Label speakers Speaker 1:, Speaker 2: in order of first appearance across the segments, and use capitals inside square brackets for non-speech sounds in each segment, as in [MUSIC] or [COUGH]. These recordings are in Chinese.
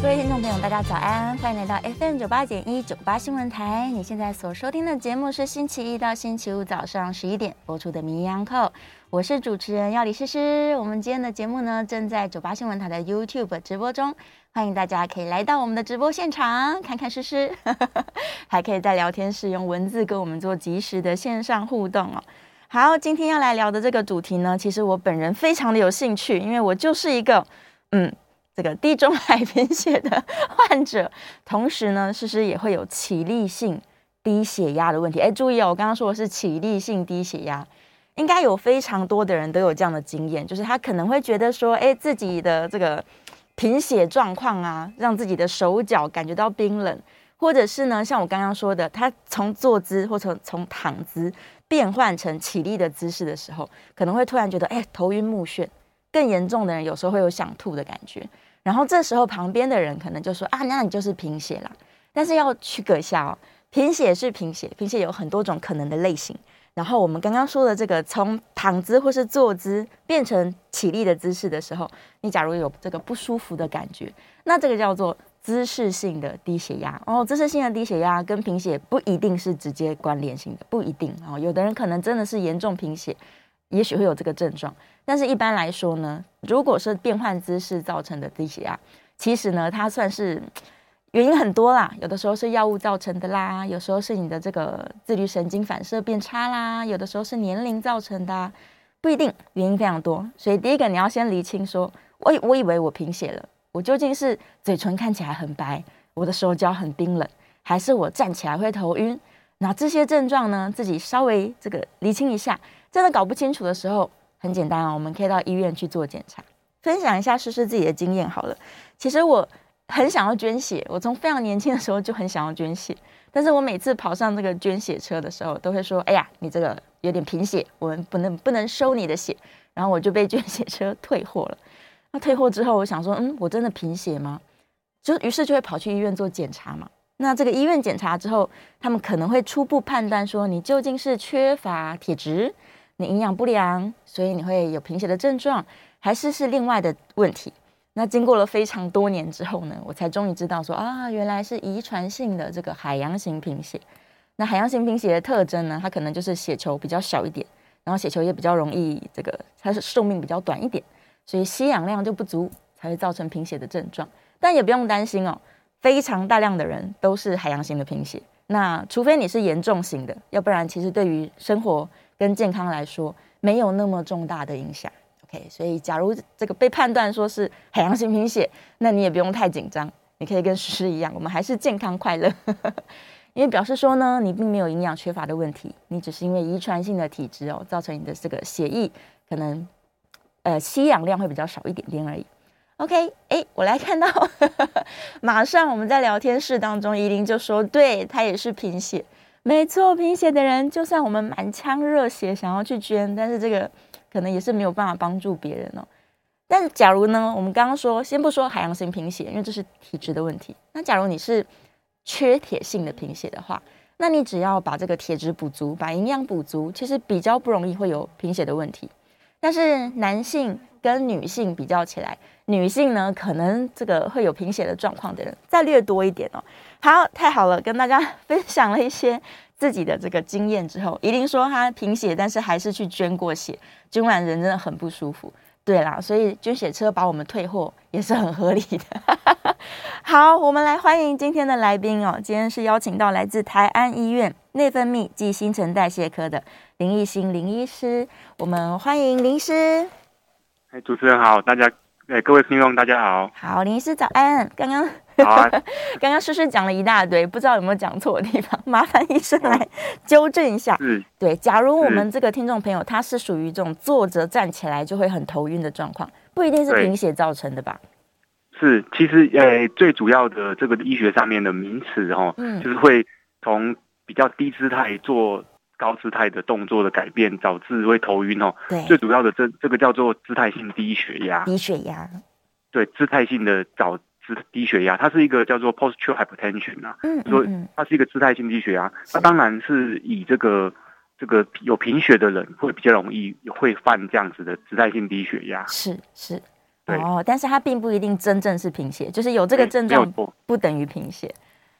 Speaker 1: 各位听众朋友，大家早安，欢迎来到 FM 九八点一九八新闻台。你现在所收听的节目是星期一到星期五早上十一点播出的《名医央叩》，我是主持人要李诗诗。我们今天的节目呢，正在九八新闻台的 YouTube 直播中，欢迎大家可以来到我们的直播现场，看看诗诗， [LAUGHS] 还可以在聊天室用文字跟我们做及时的线上互动哦。好，今天要来聊的这个主题呢，其实我本人非常的有兴趣，因为我就是一个嗯，这个地中海贫血的患者，同时呢，诗诗也会有起立性低血压的问题。哎，注意哦，我刚刚说的是起立性低血压，应该有非常多的人都有这样的经验，就是他可能会觉得说，哎，自己的这个贫血状况啊，让自己的手脚感觉到冰冷，或者是呢，像我刚刚说的，他从坐姿或从从躺姿变换成起立的姿势的时候，可能会突然觉得，哎，头晕目眩。更严重的人有时候会有想吐的感觉，然后这时候旁边的人可能就说啊，那你就是贫血啦。但是要区隔一下哦，贫血是贫血，贫血有很多种可能的类型。然后我们刚刚说的这个从躺姿或是坐姿变成起立的姿势的时候，你假如有这个不舒服的感觉，那这个叫做姿势性的低血压。哦，姿势性的低血压跟贫血不一定是直接关联性的，不一定哦。有的人可能真的是严重贫血，也许会有这个症状。但是一般来说呢，如果是变换姿势造成的低血压，其实呢，它算是嗯原因很多啦，有的时候是药物造成的啦，有时候是你的这个自律神经反射变差啦，有的时候是年龄造成的、啊，不一定，原因非常多。所以第一个你要先厘清说，我以我以为我贫血了，我究竟是嘴唇看起来很白，我的手脚很冰冷，还是我站起来会头晕？那这些症状呢，自己稍微这个厘清一下，真的搞不清楚的时候。很简单啊，我们可以到医院去做检查。分享一下试试自己的经验好了。其实我很想要捐血，我从非常年轻的时候就很想要捐血，但是我每次跑上这个捐血车的时候，都会说：“哎呀，你这个有点贫血，我们不能不能收你的血。”然后我就被捐血车退货了。那退货之后，我想说：“嗯，我真的贫血吗？”就于是就会跑去医院做检查嘛。那这个医院检查之后，他们可能会初步判断说你究竟是缺乏铁质。你营养不良，所以你会有贫血的症状，还是是另外的问题？那经过了非常多年之后呢，我才终于知道说啊，原来是遗传性的这个海洋型贫血。那海洋型贫血的特征呢，它可能就是血球比较小一点，然后血球也比较容易这个，它是寿命比较短一点，所以吸氧量就不足，才会造成贫血的症状。但也不用担心哦，非常大量的人都是海洋型的贫血。那除非你是严重型的，要不然其实对于生活跟健康来说没有那么重大的影响。OK，所以假如这个被判断说是海洋型贫血，那你也不用太紧张，你可以跟诗诗一样，我们还是健康快乐， [LAUGHS] 因为表示说呢，你并没有营养缺乏的问题，你只是因为遗传性的体质哦，造成你的这个血液可能呃吸氧量会比较少一点点而已。OK，哎，我来看到，马上我们在聊天室当中，依琳就说，对她也是贫血。没错，贫血的人，就算我们满腔热血想要去捐，但是这个可能也是没有办法帮助别人哦。但是假如呢，我们刚刚说，先不说海洋型贫血，因为这是体质的问题。那假如你是缺铁性的贫血的话，那你只要把这个铁质补足，把营养补足，其实比较不容易会有贫血的问题。但是男性跟女性比较起来，女性呢可能这个会有贫血的状况的人再略多一点哦。好，太好了，跟大家 [LAUGHS] 分享了一些自己的这个经验之后，一定说她贫血，但是还是去捐过血，捐完人真的很不舒服。对啦，所以捐血车把我们退货也是很合理的。 [LAUGHS] 好，我们来欢迎今天的来宾哦。今天是邀请到来自台安医院内分泌暨新陈代谢科的林奕兴林医师，我们欢迎林医师。
Speaker 2: 哎，主持人好，大家，哎，各位听众大家好，
Speaker 1: 好，林医师早安。刚刚
Speaker 2: 好啊，
Speaker 1: 刚刚诗诗讲了一大堆，不知道有没有讲错的地方， [LAUGHS] 麻烦医生来纠正一下。
Speaker 2: 是
Speaker 1: 对，假如我
Speaker 2: 是
Speaker 1: 们这个听众朋友他是属于这种坐着站起来就会很头晕的状况，不一定是
Speaker 2: 对
Speaker 1: 贫血造成的吧？
Speaker 2: 是，其实呃，最主要的这个医学上面的名词哦，
Speaker 1: 嗯
Speaker 2: 就是会从比较低姿态做高姿态的动作的改变，导致会头晕哦。
Speaker 1: 对，
Speaker 2: 最
Speaker 1: 嗯
Speaker 2: 主要的这这个叫做姿态性低血压，
Speaker 1: 低血压。
Speaker 2: 对，姿态性的早姿低血压，它是一个叫做 postural hypertension 啊，
Speaker 1: 嗯
Speaker 2: 说
Speaker 1: 嗯
Speaker 2: 它是一个姿态性低血压。那当然是以这个这个有贫血的人会比较容易会犯这样子的姿态性低血压。
Speaker 1: 是是，
Speaker 2: 对
Speaker 1: 哦，但是它并不一定真正是贫血，就是有这个
Speaker 2: 对
Speaker 1: 症
Speaker 2: 嗯没有
Speaker 1: 状
Speaker 2: 错
Speaker 1: 不等于贫血。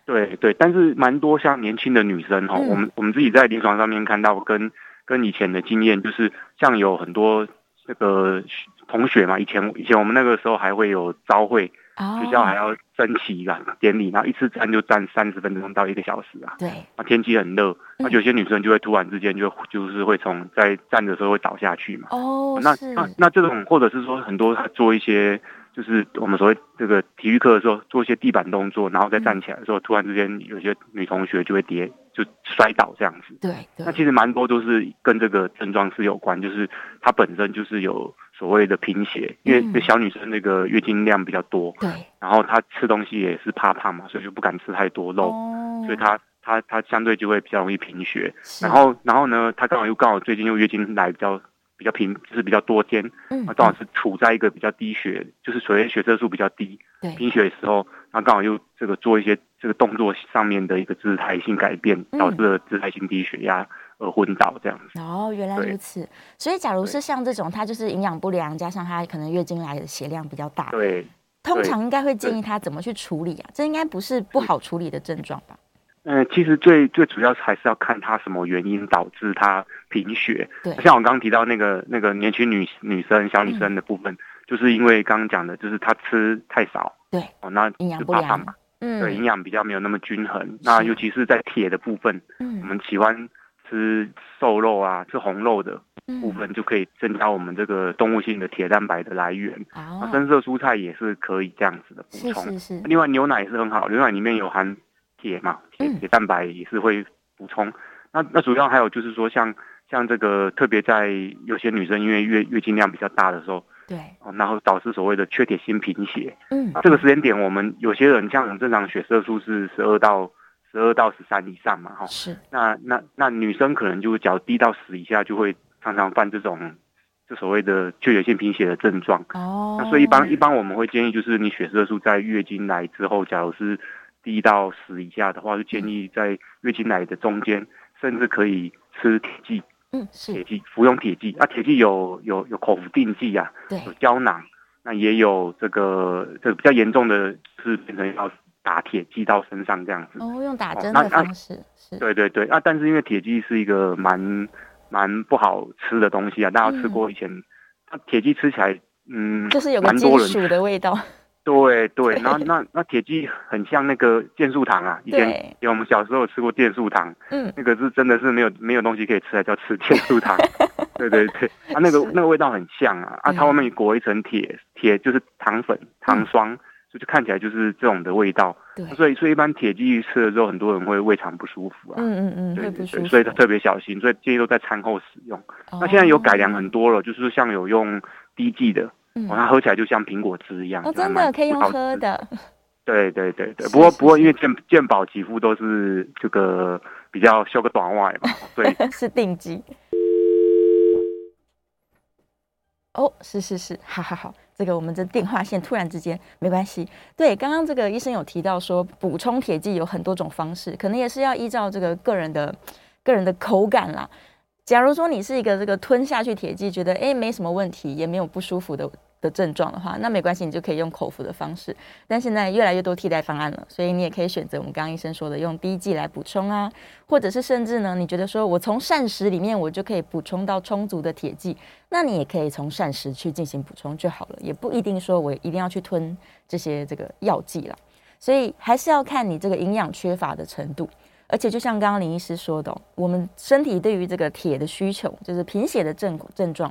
Speaker 2: 对对，但是蛮多像年轻的女生哈、
Speaker 1: 嗯
Speaker 2: 我们我们自己在临床上面看到跟跟以前的经验，就是像有很多这个同学嘛，以前以前我们那个时候还会有招会，
Speaker 1: 哦
Speaker 2: 学校还要升旗啦典礼，然后一次站就站三十分钟到一个小时啊，
Speaker 1: 对，
Speaker 2: 啊天气很热，
Speaker 1: 嗯
Speaker 2: 那、有些女生就会突然之间就就是会从在站的时候会倒下去嘛，
Speaker 1: 哦，
Speaker 2: 那
Speaker 1: 是
Speaker 2: 那那这种，或者是说很多他做一些，就是我们所谓这个体育课的时候做一些地板动作，然后再
Speaker 1: 嗯
Speaker 2: 站起来的时候，突然之间有些女同学就会跌，就摔倒这样子。
Speaker 1: 对对
Speaker 2: 那，其实蛮多都是跟这个症状是有关，就是她本身就是有所谓的贫血，因为
Speaker 1: 嗯
Speaker 2: 这小女生那个月经量比较多，
Speaker 1: 对
Speaker 2: 然后她吃东西也是怕胖嘛，所以就不敢吃太多肉，
Speaker 1: 哦
Speaker 2: 所以她她她相对就会比较容易贫血。
Speaker 1: 是
Speaker 2: 然后，然后呢，她刚好又刚好最近又月经来比较比较频，就是比较多天，
Speaker 1: 嗯
Speaker 2: 啊，刚好是处在一个比较低血，就是所谓血色素比较低、
Speaker 1: 对
Speaker 2: 贫血的时候，那刚好又这个做一些这个动作上面的一个姿态性改变，
Speaker 1: 嗯
Speaker 2: 导致了姿态性低血压而昏倒这样子。
Speaker 1: 哦，原来
Speaker 2: 对
Speaker 1: 如此。所以，假如
Speaker 2: 对
Speaker 1: 是像这种，她就是营养不良，加上她可能月经来的血量比较大，
Speaker 2: 对，
Speaker 1: 通
Speaker 2: 对嗯
Speaker 1: 常应该会建议她怎么去处理啊？这应该不是不好处理的症状吧？
Speaker 2: 呃，其实最最主要还是要看他什么原因导致他贫血。
Speaker 1: 对嗯
Speaker 2: 像我刚刚提到那个那个年轻女女生小女生的部分，就是因为刚刚讲的，就是她吃太少，
Speaker 1: 对，
Speaker 2: 哦，那
Speaker 1: 营养
Speaker 2: 就
Speaker 1: 不
Speaker 2: 怕
Speaker 1: 良
Speaker 2: 胖嘛，对，营
Speaker 1: 嗯
Speaker 2: 养比较没有那么均衡。那
Speaker 1: 是
Speaker 2: 尤其是在铁的部分，我
Speaker 1: 嗯
Speaker 2: 们喜欢吃瘦肉啊，吃红肉的部
Speaker 1: 嗯，
Speaker 2: 分，就可以增加我们这个动物性的铁蛋白的来源。啊，
Speaker 1: 哦，
Speaker 2: 深色蔬菜也是可以这样子的补
Speaker 1: 是
Speaker 2: 充。
Speaker 1: 是是，
Speaker 2: 另外，牛奶也是很好，牛奶里面有含铁嘛，铁
Speaker 1: 嗯
Speaker 2: 铁蛋白也是会补充。那那主要还有就是说像，像这个，特别在有些女生因为月月经量比较大的时候，
Speaker 1: 对，
Speaker 2: 哦然后导致所谓的缺铁性贫血。
Speaker 1: 嗯
Speaker 2: 啊这个时间点，我们有些人像我们正常血色素是十二到十二到十三以上嘛，哈、哦
Speaker 1: 是
Speaker 2: 那那那女生可能就只要低到十以下，就会常常犯这种就所谓的缺血性贫血的症状。
Speaker 1: 哦。
Speaker 2: 那所以一般一般我们会建议，就是你血色素在月经来之后，假如是低到十以下的话，就建议在月经来的中间，甚至可以吃铁剂、
Speaker 1: 嗯
Speaker 2: 铁
Speaker 1: 是
Speaker 2: 剂服用铁剂。啊，铁剂有有有口服定剂啊，
Speaker 1: 对
Speaker 2: 有胶囊，那也有这个这个比较严重的是变成要打铁剂到身上这样子。
Speaker 1: 哦，用打
Speaker 2: 哦
Speaker 1: 针
Speaker 2: 那
Speaker 1: 的
Speaker 2: 那
Speaker 1: 方式是
Speaker 2: 对对对啊，但是因为铁剂是一个蛮蛮不好吃的东西啊，大家吃过以前，它铁剂吃起来，嗯，
Speaker 1: 嗯就是有个
Speaker 2: 蛮
Speaker 1: 金
Speaker 2: 多人
Speaker 1: 属的味
Speaker 2: [LAUGHS]
Speaker 1: 道，
Speaker 2: 对对，
Speaker 1: 对
Speaker 2: 然后那那铁剂很像那个健树糖啊，以前
Speaker 1: 对
Speaker 2: 以前我们小时候有吃过健树糖，啊
Speaker 1: 嗯
Speaker 2: 那个是真的是没有没有东西可以吃，还叫吃健
Speaker 1: [LAUGHS]
Speaker 2: 树糖。对对对，啊那个
Speaker 1: 是嗯
Speaker 2: 那个味道很像啊，啊它
Speaker 1: 对
Speaker 2: 外面裹一层铁铁就是糖粉糖霜，所以就看起来就是这种的味道。
Speaker 1: 嗯对，
Speaker 2: 所以所以一般铁剂吃了之后，很多人会胃肠不舒服啊。
Speaker 1: 嗯嗯嗯，
Speaker 2: 对
Speaker 1: 会
Speaker 2: 对
Speaker 1: 不舒
Speaker 2: 对，
Speaker 1: 服。哦
Speaker 2: 所以特别小心，所以建议都在餐后使用。那现在有改良很多了，就是像有用滴剂的，
Speaker 1: 嗯
Speaker 2: 哦，它喝起来就像苹果汁一样。
Speaker 1: 哦，
Speaker 2: 就还
Speaker 1: 真
Speaker 2: 蛮
Speaker 1: 的可以用
Speaker 2: 好吃
Speaker 1: 喝。的，
Speaker 2: 对对对对，
Speaker 1: 是
Speaker 2: 不过
Speaker 1: 是
Speaker 2: 不过因
Speaker 1: 是
Speaker 2: 为健健保几乎都是这个比较修个短袜
Speaker 1: [LAUGHS]
Speaker 2: 嘛，所以
Speaker 1: 是定级。哦，是是是，好好好，这个我们这电话线突然之间没关系。对，刚刚这个医生有提到说，补充铁剂有很多种方式，可能也是要依照这个个人的个人的口感啦。假如说你是一个这个吞下去铁剂，觉得诶没什么问题，也没有不舒服的的症状的话，那没关系，你就可以用口服的方式。但现在越来越多替代方案了，所以你也可以选择我们刚刚医生说的用滴剂来补充啊，或者是甚至呢，你觉得说我从膳食里面我就可以补充到充足的铁剂，那你也可以从膳食去进行补充就好了，也不一定说我一定要去吞这些这个药剂啦。所以还是要看你这个营养缺乏的程度。而且就像刚刚林医师说的哦、我们身体对于这个铁的需求，就是贫血的症症状，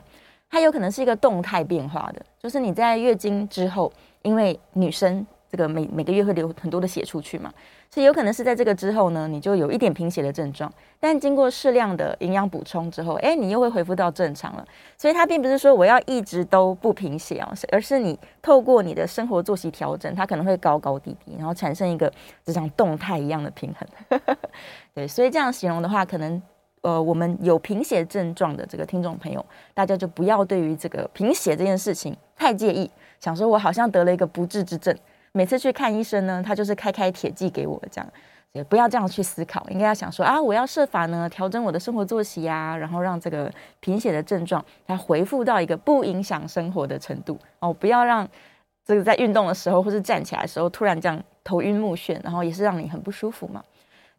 Speaker 1: 它有可能是一个动态变化的，就是你在月经之后，因为女生这个每每个月会流很多的血出去嘛，所以有可能是在这个之后呢，你就有一点贫血的症状，但经过适量的营养补充之后，哎，你又会恢复到正常了。所以它并不是说我要一直都不贫血哦，是而是你透过你的生活作息调整，它可能会高高低低，然后产生一个就像动态一样的平衡。 [LAUGHS] 对，所以这样形容的话，可能呃，我们有贫血症状的这个听众朋友，大家就不要对于这个贫血这件事情太介意，想说我好像得了一个不治之症。每次去看医生呢，他就是开开铁剂给我这样。也不要这样去思考，应该要想说啊，我要设法呢调整我的生活作息啊，然后让这个贫血的症状它恢复到一个不影响生活的程度哦，不要让这个在运动的时候或是站起来的时候突然这样头晕目眩，然后也是让你很不舒服嘛。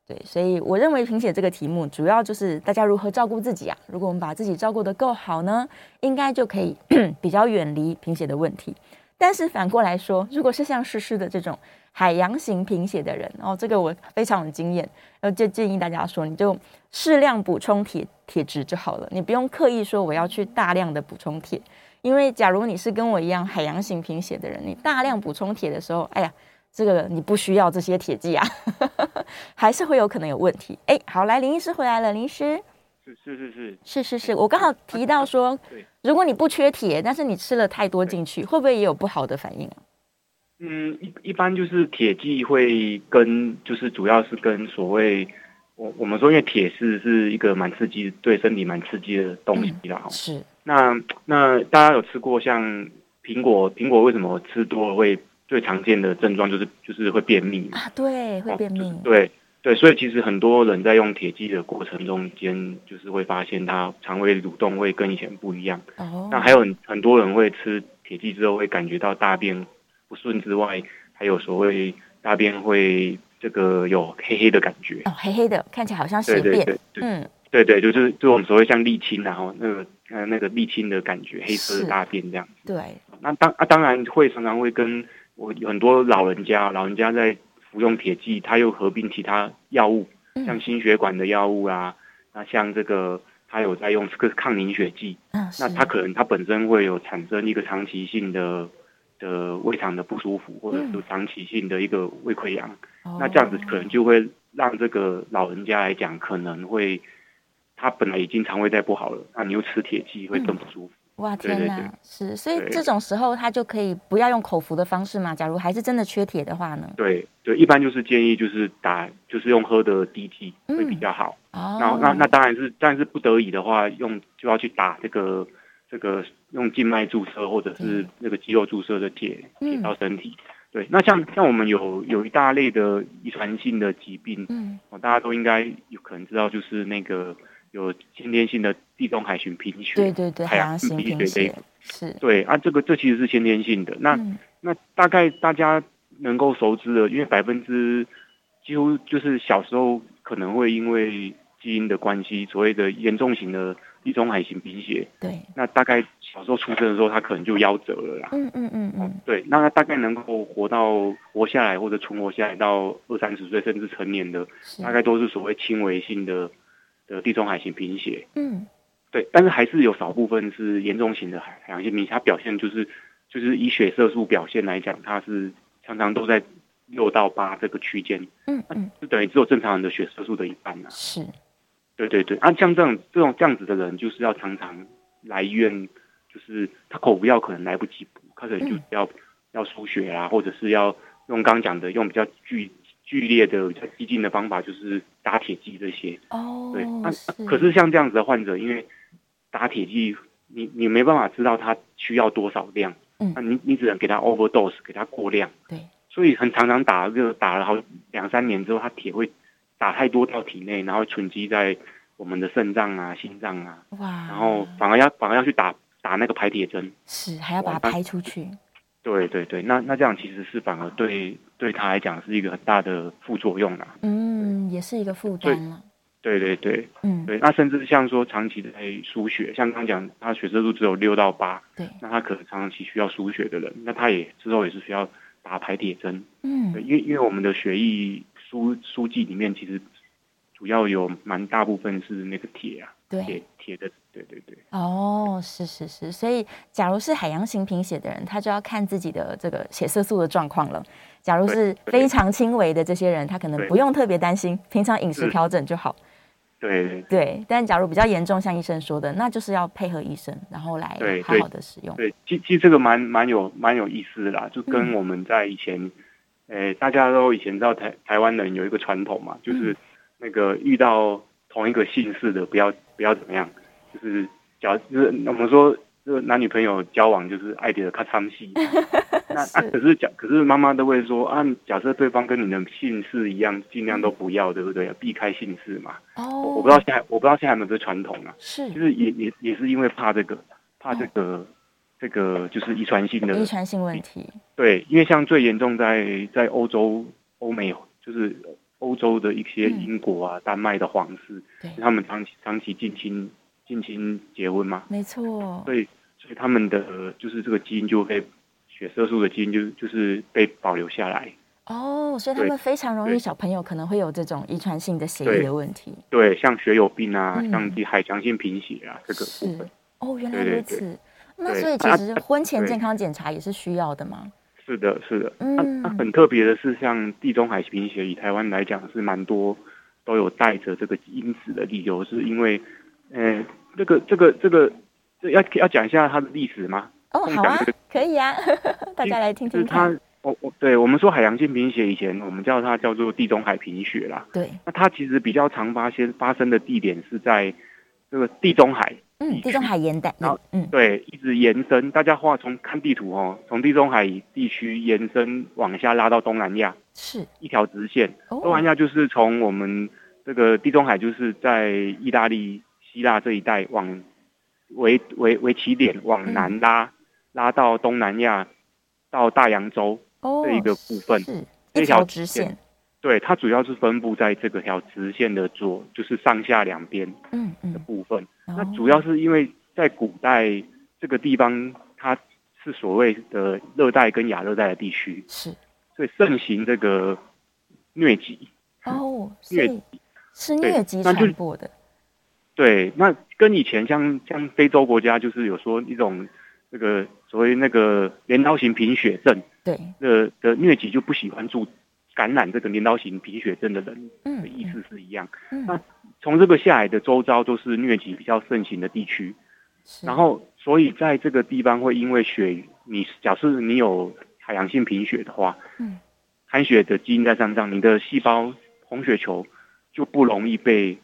Speaker 1: 对，所以我认为贫血这个题目主要就是大家如何照顾自己啊。如果我们把自己照顾得够好呢，应该就可以 [CLEARS THROAT] 比较远离贫血的问题。但是反过来说，如果是像诗诗的这种海洋型贫血的人，哦，这个我非常有经验，然后就建议大家说，你就适量补充铁铁质就好了，你不用刻意说我要去大量的补充铁，因为假如你是跟我一样海洋型贫血的人，你大量补充铁的时候，哎呀，这个你不需要这些铁剂啊， [LAUGHS] 还是会有可能有问题。哎，好，来林医师回来了，林医师。
Speaker 2: 是是是是，
Speaker 1: 是是是，我刚好提到说
Speaker 2: 对，
Speaker 1: 如果你不缺铁，但是你吃了太多进去，会不会也有不好的反应啊？
Speaker 2: 嗯，一一般就是铁剂会跟，就是主要是跟所谓我我们说，因为铁是是一个蛮刺激，对身体蛮刺激的东西啦。哦哈
Speaker 1: 是，
Speaker 2: 那那大家有吃过像苹果？苹果为什么吃多了会最常见的症状就是就是会便秘嘛？
Speaker 1: 啊，对，会便秘
Speaker 2: 哦。对对，所以其实很多人在用铁剂的过程中间，就是会发现他肠胃蠕动会跟以前不一样。
Speaker 1: 哦，
Speaker 2: 那还有很很多人会吃铁剂之后会感觉到大便不顺之外，还有所谓大便会这个有黑黑的感觉。
Speaker 1: 哦，黑黑的，看起来好像血
Speaker 2: 对对
Speaker 1: 便。
Speaker 2: 对对
Speaker 1: 嗯，
Speaker 2: 对对，就是就是我们所谓像沥青啊，然后那个呃那个沥青的感觉，黑色
Speaker 1: 是
Speaker 2: 的大便这样。
Speaker 1: 对，
Speaker 2: 那当啊当然会常常会跟我有很多老人家，老人家在服用铁剂，他又合并其他药物，
Speaker 1: 嗯
Speaker 2: 像心血管的药物啊，那像这个他有在用这个抗凝血剂，
Speaker 1: 嗯，
Speaker 2: 那
Speaker 1: 是
Speaker 2: 它可能它本身会有产生一个长期性的的胃肠的不舒服，或者
Speaker 1: 嗯
Speaker 2: 是长期性的一个胃溃疡，
Speaker 1: 哦
Speaker 2: 那这样子可能就会让这个老人家来讲，可能会他本来已经肠胃在不好了，那你又吃铁剂会更不舒服。
Speaker 1: 哇，
Speaker 2: 对
Speaker 1: 天
Speaker 2: 对
Speaker 1: 哪
Speaker 2: 对，
Speaker 1: 是，所以
Speaker 2: 对
Speaker 1: 这种时候他就可以不要用口服的方式嘛。假如还是真的缺铁的话呢？
Speaker 2: 对对，一般就是建议就是打就是用喝的滴剂会比较好。
Speaker 1: 哦，
Speaker 2: 然后那那当然是，但是不得已的话，用就要去打这个这个用静脉注射或者是那个肌肉注射的铁
Speaker 1: 嗯
Speaker 2: 铁到身体。对，那像像我们有有一大类的遗传性的疾病，
Speaker 1: 嗯，
Speaker 2: 哦，大家都应该有可能知道，就是那个有先天性的地中海型贫血。
Speaker 1: 对对对，海
Speaker 2: 海
Speaker 1: 洋
Speaker 2: 洋
Speaker 1: 型
Speaker 2: 性
Speaker 1: 贫
Speaker 2: 贫血这一
Speaker 1: 血是，
Speaker 2: 对啊，这个这其实是先天性的。那、
Speaker 1: 嗯
Speaker 2: 那大概大家能够熟知的，因为百分之几乎就是小时候可能会因为基因的关系，所谓的严重型的地中海型贫血，
Speaker 1: 对，
Speaker 2: 那大概小时候出生的时候，他可能就夭折了啦。
Speaker 1: 嗯嗯嗯嗯，
Speaker 2: 对，那他大概能够活到活下来或者存活下来到二三十岁甚至成年的，
Speaker 1: 是
Speaker 2: 大，概都是所谓轻微性的的地中海型贫血。
Speaker 1: 嗯，
Speaker 2: 对，但是还是有少部分是严重型的海海洋性贫血，它表现就是就是以血色素表现来讲，它是常常都在六到八这个区间，
Speaker 1: 嗯嗯，
Speaker 2: 就等于只有正常人的血色素的一半啊。
Speaker 1: 是，
Speaker 2: 对对对，啊，像这种这种这样子的人，就是要常常来医院，就是他口服药可能来不及补，他可能就
Speaker 1: 嗯
Speaker 2: 要、要输血啊，或者是要用刚讲的用比较剧剧烈的、比较激进的方法，就是打铁剂这些。
Speaker 1: 哦
Speaker 2: 对，那、，
Speaker 1: 是，
Speaker 2: 可是像这样子的患者，因为打铁剂，你你没办法知道他需要多少量，
Speaker 1: 嗯
Speaker 2: 那你你只能给他 overdose，给他过量，
Speaker 1: 对，
Speaker 2: 所以很常常打，就打了好两三年之后，他铁会打太多到体内，然后囤积在我们的肾脏啊、心脏啊，
Speaker 1: 哇，
Speaker 2: 然后反而要反而要去打打那个排铁针，
Speaker 1: 是还要把它
Speaker 2: 我那
Speaker 1: 排出去，
Speaker 2: 对对对，那那这样其实是反而对对他来讲是一个很大的副作用啦，
Speaker 1: 嗯，也是一个负
Speaker 2: 对
Speaker 1: 担了，
Speaker 2: 对对对。
Speaker 1: 嗯，
Speaker 2: 对，那甚至像说长期的输血，像刚刚讲，他血色素只有六到八，
Speaker 1: 对，
Speaker 2: 那他可能长期需要输血的人，那他也之后也是需要打排铁针。对，
Speaker 1: 嗯，
Speaker 2: 因为因为我们的血液输输剂里面其实主要有蛮大部分是那个铁啊，
Speaker 1: 对，
Speaker 2: 铁铁的，对对对，
Speaker 1: 哦，是是是，所以假如是海洋型贫血的人，他就要看自己的这个血色素的状况了。假如是
Speaker 2: 对
Speaker 1: 非常轻微的这些人，他可能
Speaker 2: 对
Speaker 1: 不用特别担心，平常饮食
Speaker 2: 是
Speaker 1: 调整就好。
Speaker 2: 对
Speaker 1: 对，但假如比较严重，像医生说的，那就是要配合医生，然后来
Speaker 2: 对
Speaker 1: 好
Speaker 2: 对
Speaker 1: 好的使用。
Speaker 2: 对，其其实这个蛮蛮有蛮有意思的啦，就
Speaker 1: 嗯
Speaker 2: 跟我们在以前，呃，大家都以前知道台台湾人有一个传统嘛，
Speaker 1: 嗯
Speaker 2: 就是那个遇到同一个姓氏的不要不要怎么样，就是假如就是我们说这个男女朋友交往就是爱的咔嚓戏。
Speaker 1: [LAUGHS]
Speaker 2: 那啊，可是讲，可是妈妈都会说啊，假设对方跟你的姓氏一样，尽量都不要，对不对？避开姓氏嘛。
Speaker 1: 嗯哦，
Speaker 2: 我我不知道现在，我不知道现在有没有这传统啊。
Speaker 1: 是
Speaker 2: 就是也也也是因为怕这个，怕这个这个就是遗传性的
Speaker 1: 哦遗传性问题，
Speaker 2: 对，因为像最严重在在欧洲、欧美，就是欧洲的一些
Speaker 1: 嗯
Speaker 2: 英国啊、丹麦的皇室，
Speaker 1: 对
Speaker 2: 他们长期长期近亲近亲结婚嘛，
Speaker 1: 没错，
Speaker 2: 所以所以他们的就是这个基因就被血色素的基因就就是被保留下来，
Speaker 1: 哦，所以他
Speaker 2: 对
Speaker 1: 们非常容易，
Speaker 2: 对
Speaker 1: 小朋友可能会有这种遗传性的血液
Speaker 2: 对
Speaker 1: 的问题，
Speaker 2: 对，像血友病啊，
Speaker 1: 嗯
Speaker 2: 像海强性贫血啊这个部
Speaker 1: 是
Speaker 2: 分。
Speaker 1: 哦，原来
Speaker 2: 对对
Speaker 1: 如
Speaker 2: 对
Speaker 1: 此。那
Speaker 2: 对
Speaker 1: 所以其
Speaker 2: 啊
Speaker 1: 实婚前
Speaker 2: 对
Speaker 1: 健康检查也是需要的嘛？
Speaker 2: 是的，是的。那、
Speaker 1: 嗯
Speaker 2: 那很特别的是，像地中海贫血，以台湾来讲是蛮多都有带着这个因子的理由，是因为，呃，这个这个这个，这要要讲一下它的历史吗？
Speaker 1: 哦，
Speaker 2: 共
Speaker 1: 好
Speaker 2: 享
Speaker 1: 啊
Speaker 2: 这个，
Speaker 1: 可以啊， [LAUGHS] 大家来听
Speaker 2: 就是
Speaker 1: 听看
Speaker 2: 它。，我我对我们说海洋性贫血，以前我们叫它叫做地中海贫血啦。
Speaker 1: 对，
Speaker 2: 那它其实比较常发现发生的地点是在这个地中海，
Speaker 1: 嗯，地中海沿带，
Speaker 2: 然后
Speaker 1: 嗯，
Speaker 2: 对，一直延伸。大家画从看地图哦，从地中海地区延伸往下拉到东南亚
Speaker 1: 是
Speaker 2: 一条直线。东南
Speaker 1: 哦，
Speaker 2: 亚就是从我们这个地中海，就是在意大利、希腊这一带往为为为起点往
Speaker 1: 嗯
Speaker 2: 南拉，拉到东南亚，到大洋洲。
Speaker 1: 哦，
Speaker 2: 这一个部分
Speaker 1: 是
Speaker 2: 这
Speaker 1: 一
Speaker 2: 条
Speaker 1: 条直
Speaker 2: 直线
Speaker 1: 线，
Speaker 2: 对，它主要是分布在这个条直线的左，就是上下两边
Speaker 1: 嗯
Speaker 2: 的
Speaker 1: 嗯，
Speaker 2: 部分。那
Speaker 1: 哦
Speaker 2: 主要是因为在古代这个地方，它是所谓的热带跟亚热带的地区，
Speaker 1: 是
Speaker 2: 所以盛行这个疟疾。
Speaker 1: 哦，所
Speaker 2: 疟
Speaker 1: 以是
Speaker 2: 对
Speaker 1: 疟疾
Speaker 2: 那就
Speaker 1: 传播的，
Speaker 2: 对，那跟以前像像非洲国家，就是有说一种这个所谓那个镰刀型贫血症
Speaker 1: 对，
Speaker 2: 的的疟疾就不喜欢住感染这个镰刀型贫血症的人
Speaker 1: 嗯
Speaker 2: 的意思是一样。
Speaker 1: 嗯，
Speaker 2: 那
Speaker 1: 嗯
Speaker 2: 从这个下来的周遭都是疟疾比较盛行的地区，
Speaker 1: 是
Speaker 2: 然后所以在这个地方会因为血，你假设你有海洋性贫血的话，
Speaker 1: 嗯，
Speaker 2: 含血的基因在身上，你的细胞红血球就不容易被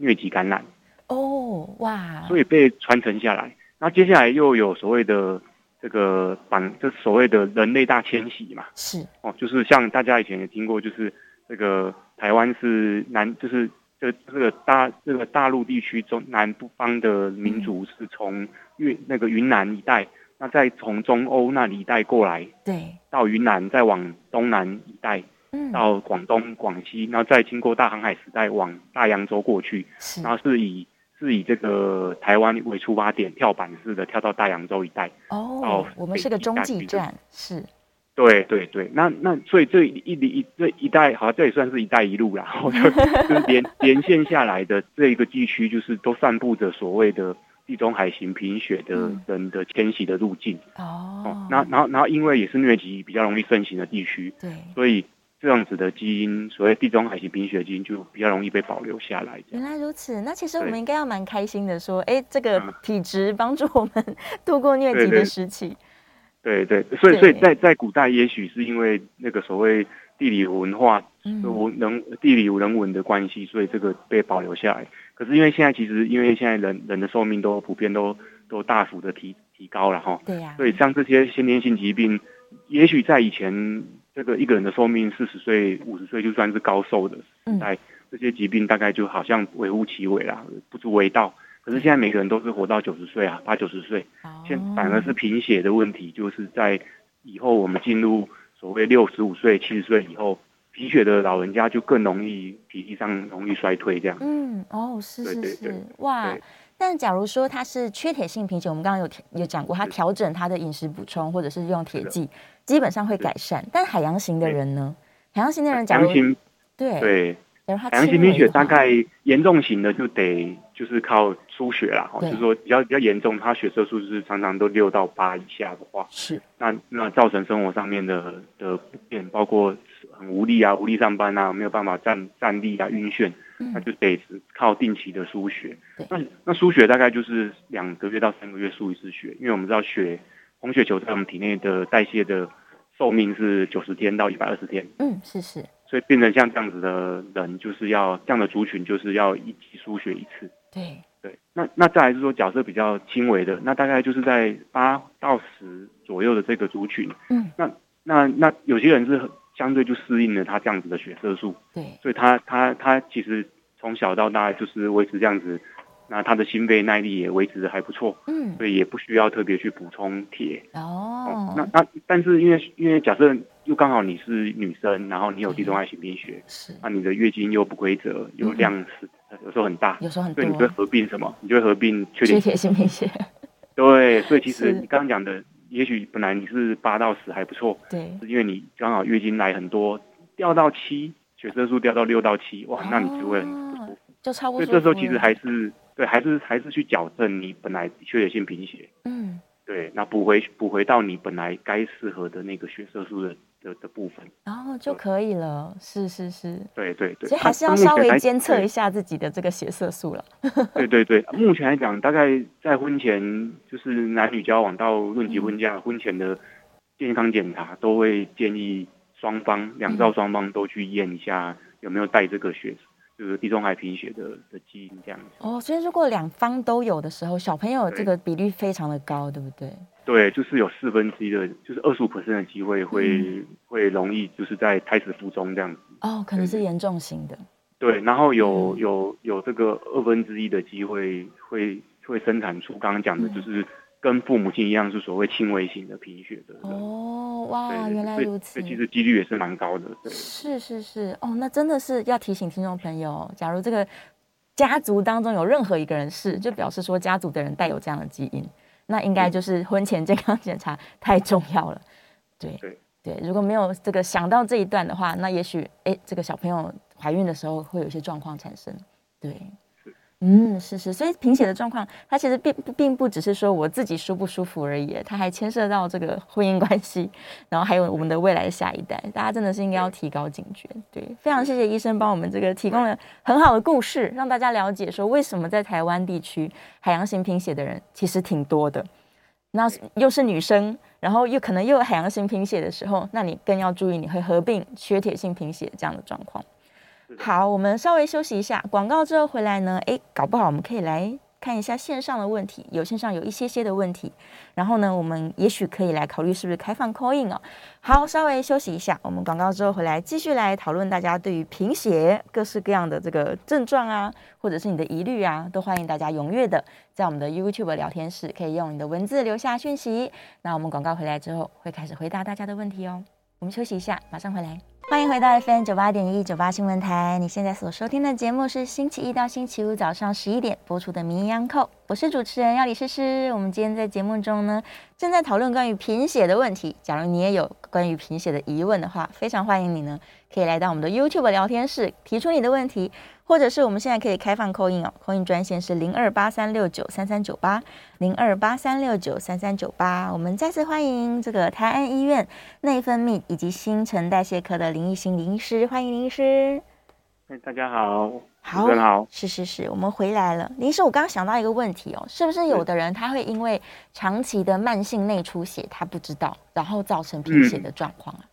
Speaker 2: 疟疾感染。
Speaker 1: 哦，哇，
Speaker 2: 所以被传承下来。那接下来又有所谓的这个版，就是所谓的人类大迁徙嘛，
Speaker 1: 是
Speaker 2: 哦，就是像大家以前也听过，就是这个台湾是南，就是这这个大这个大陆地区中南部方的民族是从越那个云南一带，那再从中欧那里一带过来
Speaker 1: 对，
Speaker 2: 到云南，再往东南一带
Speaker 1: 嗯，
Speaker 2: 到广东、广西，然后再经过大航海时代往大洋洲过去，
Speaker 1: 是
Speaker 2: 然后是以是以这个台湾为出发点，跳板式的跳到大洋洲一带。
Speaker 1: 哦
Speaker 2: 到，
Speaker 1: 我们
Speaker 2: 北
Speaker 1: 是个
Speaker 2: 极
Speaker 1: 中
Speaker 2: 大
Speaker 1: 继
Speaker 2: 区这
Speaker 1: 站，是
Speaker 2: 对对对，那那所以这一一这一带，好像这也算是一带一路啦，
Speaker 1: [LAUGHS]
Speaker 2: 然后就就是连连线下来的这一个地区，就是都散布着所谓的地中海型贫血的
Speaker 1: 嗯
Speaker 2: 人的迁徙的路径。
Speaker 1: 哦，
Speaker 2: 那然后然后因为也是疟疾比较容易盛行的地区，
Speaker 1: 对，
Speaker 2: 所以这样子的基因，所谓地中海型贫血基因就比较容易被保留下来。这
Speaker 1: 原
Speaker 2: 样
Speaker 1: 来如此，那其实我
Speaker 2: 对
Speaker 1: 们应该要蛮开心的，说，哎，这个
Speaker 2: 嗯
Speaker 1: 体质帮助我们 [LAUGHS] 度过疟
Speaker 2: 对
Speaker 1: 疾的
Speaker 2: 对
Speaker 1: 时期，
Speaker 2: 对对，所以所以
Speaker 1: 对
Speaker 2: 在在古代，也许是因为那个所谓地理文化、
Speaker 1: 嗯，
Speaker 2: 文人地理人文的关系，所以这个被保留下来。可是因为现在其实因为现在人人的寿命都普遍都都大幅的提提高了哈，
Speaker 1: 对呀，
Speaker 2: 所以像这些先天性疾病，也许在以前这个一个人的寿命四十岁、五十岁就算是高寿的
Speaker 1: 嗯
Speaker 2: 时代，这些疾病大概就好像微乎其微啦，不足为道。可是现在每个人都是活到九十岁啊，八九十岁。现
Speaker 1: 哦
Speaker 2: 反而是贫血的问题，就是在以后我们进入所谓六十五岁、七十岁以后，贫血的老人家就更容易体力上容易衰退这样。
Speaker 1: 嗯，哦，是
Speaker 2: 对
Speaker 1: 是
Speaker 2: 对对
Speaker 1: 是，哇
Speaker 2: 对！
Speaker 1: 但假如说他是缺铁性贫血，我们刚刚有提也讲过，他调整他的饮食补充或者是用铁
Speaker 2: 是的
Speaker 1: 剂，基本上会改善。但海洋型的
Speaker 2: 对
Speaker 1: 人呢？海洋型的人，假
Speaker 2: 海
Speaker 1: 如
Speaker 2: 洋型
Speaker 1: 对，
Speaker 2: 对
Speaker 1: 假如他
Speaker 2: 海洋
Speaker 1: 轻
Speaker 2: 型贫
Speaker 1: 微
Speaker 2: 血
Speaker 1: 的
Speaker 2: 大
Speaker 1: 话
Speaker 2: 概严重型的就得就是靠输血啦，哦
Speaker 1: 对
Speaker 2: 就是说比较比较严重，他血色素就是常常都六到八以下的话，
Speaker 1: 是
Speaker 2: 那那造成生活上面的的不便，包括很无力啊、无力上班啊、没有办法站站立啊、晕眩，
Speaker 1: 嗯
Speaker 2: 那就得是靠定期的输血
Speaker 1: 对。
Speaker 2: 那那输血大概就是两个月到三个月输一次血，因为我们知道血红血球在我们体内的代谢的寿命是九十天到一百二十天，
Speaker 1: 嗯是是
Speaker 2: 所以变成像这样子的人，就是要这样的族群就是要一期输血一次。
Speaker 1: 对
Speaker 2: 对，那那再来是说假设比较轻微的，那大概就是在八到十左右的这个族群，
Speaker 1: 嗯，
Speaker 2: 那那那有些人是很相对就适应了他这样子的血色素，
Speaker 1: 对，
Speaker 2: 所以他他他其实从小到大就是维持这样子，那他的心肺耐力也维持的还不错，
Speaker 1: 嗯，
Speaker 2: 所以也不需要特别去补充铁。
Speaker 1: 哦，
Speaker 2: 那那但是因为因为假设又刚好你是女生，然后你有地中海型贫血，
Speaker 1: 是
Speaker 2: 那你的月经又不规则，有量是、有时候很大，
Speaker 1: 嗯有时候很
Speaker 2: 所
Speaker 1: 多
Speaker 2: 以你就会合并什么？你就会合并缺
Speaker 1: 缺
Speaker 2: 铁。
Speaker 1: 铁性贫血，
Speaker 2: 对，所以其
Speaker 1: 是
Speaker 2: 实你刚刚讲的，也许本来你是八到十还不错， [LAUGHS]
Speaker 1: 对，
Speaker 2: 因为你刚好月经来很多，掉到七，血色素掉到六到七，哇，那你就会很不舒服。
Speaker 1: 哦就超不
Speaker 2: 所以
Speaker 1: 舒服
Speaker 2: 这
Speaker 1: 了。
Speaker 2: 时候其实还是对，还是还是去矫正你本来缺血性贫血，
Speaker 1: 嗯，
Speaker 2: 对，那补回补回到你本来该适合的那个血色素的的的部分。
Speaker 1: 然后哦就可以了，是是是。
Speaker 2: 对对对，
Speaker 1: 所以还是要
Speaker 2: 那目前
Speaker 1: 稍微
Speaker 2: 来
Speaker 1: 监测
Speaker 2: 对
Speaker 1: 一下自己的这个血色素了。
Speaker 2: 对对对，目前来讲，大概在婚前，就是男女交往到论及婚
Speaker 1: 嗯
Speaker 2: 嫁，婚前的健康检查都会建议双方两
Speaker 1: 嗯
Speaker 2: 造双方都去验一下有没有带这个血，就是地中海贫血的的基因这样子。
Speaker 1: 哦，所以如果两方都有的时候，小朋友这个比率非常的高，对不对？
Speaker 2: 对，就是有四分之一的，就是二十五的机会会、
Speaker 1: 嗯
Speaker 2: 会容易就是在胎死腹中这样子。
Speaker 1: 哦，可能是严重型的。
Speaker 2: 对，然后
Speaker 1: 嗯
Speaker 2: 有有有这个二分之一的机会会会生产出刚刚讲的，
Speaker 1: 嗯
Speaker 2: 就是跟父母亲一样是所谓轻微型的贫血的人。
Speaker 1: 哦，
Speaker 2: 对
Speaker 1: 哇，
Speaker 2: 对
Speaker 1: 原来
Speaker 2: 所以
Speaker 1: 如此
Speaker 2: 所以。其实几率也是蛮高的。对
Speaker 1: 是是是，哦，那真的是要提醒听众朋友，假如这个家族当中有任何一个人是，就表示说家族的人带有这样的基因，那应该
Speaker 2: 嗯
Speaker 1: 就是婚前健康检查 [LAUGHS] 太重要了。对
Speaker 2: 对
Speaker 1: 对，如果没有这个想到这一段的话，那也许哎，这个小朋友怀孕的时候会有一些状况产生。对
Speaker 2: 是。
Speaker 1: 嗯，是是，所以贫血的状况，它其实并不并不只是说我自己舒不舒服而已，它还牵涉到这个婚姻关系，然后还有我们的未来的下一代，大家真的是应该要提高警觉。对，非常谢谢医生帮我们这个提供了很好的故事，让大家了解说为什么在台湾地区海洋性贫血的人其实挺多的。那又是女生，然后又可能又有海洋性贫血的时候，那你更要注意你会合并缺铁性贫血这样的状况。
Speaker 2: 是的
Speaker 1: 好，我们稍微休息一下，广告之后回来呢，诶，搞不好我们可以来看一下线上的问题，有线上有一些些的问题，然后呢，我们也许可以来考虑是不是开放 call in 哦。好，稍微休息一下，我们广告之后回来继续来讨论大家对于贫血各式各样的这个症状啊，或者是你的疑虑啊，都欢迎大家踊跃的在我们的 YouTube 聊天室可以用你的文字留下讯息。那我们广告回来之后会开始回答大家的问题哦。我们休息一下，马上回来。欢迎回到 FM 九八点一九八新闻台，你现在所收听的节目是星期一到星期五早上十一点播出的《名医央叩》，我是主持人要李诗诗。我们今天在节目中呢，正在讨论关于贫血的问题。假如你也有关于贫血的疑问的话，非常欢迎你呢，可以来到我们的 YouTube 聊天室提出你的问题，或者是我们现在可以开放扣印哦，扣印专线是零二八三六九三三九八零二八三六九三三九八。我们再次欢迎这个台安医院内分泌以及新陈代谢科的林奕兴林医师，欢迎林医师。
Speaker 2: 哎，大家好，
Speaker 1: 好
Speaker 2: 主持人好，
Speaker 1: 是是是，我们回来了。林医师，我刚刚想到一个问题哦，是不是
Speaker 2: 嗯
Speaker 1: 有的人他会因为长期的慢性内出血，他不知道，然后造成贫血
Speaker 2: 嗯
Speaker 1: 的状况啊？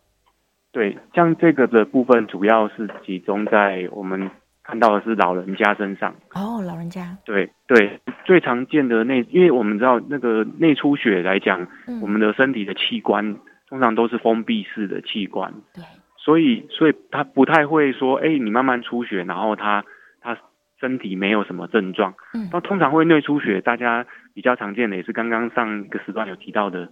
Speaker 2: 对，像这个的部分主要是集中在我们看到的是老人家身上。
Speaker 1: 哦，老人家，
Speaker 2: 对对，最常见的内，因为我们知道那个内出血来讲，
Speaker 1: 嗯
Speaker 2: 我们的身体的器官通常都是封闭式的器官，
Speaker 1: 对，
Speaker 2: 所以所以它不太会说，哎，你慢慢出血，然后它它身体没有什么症状。
Speaker 1: 嗯
Speaker 2: 那通常会内出血，大家比较常见的也是刚刚上一个时段有提到的，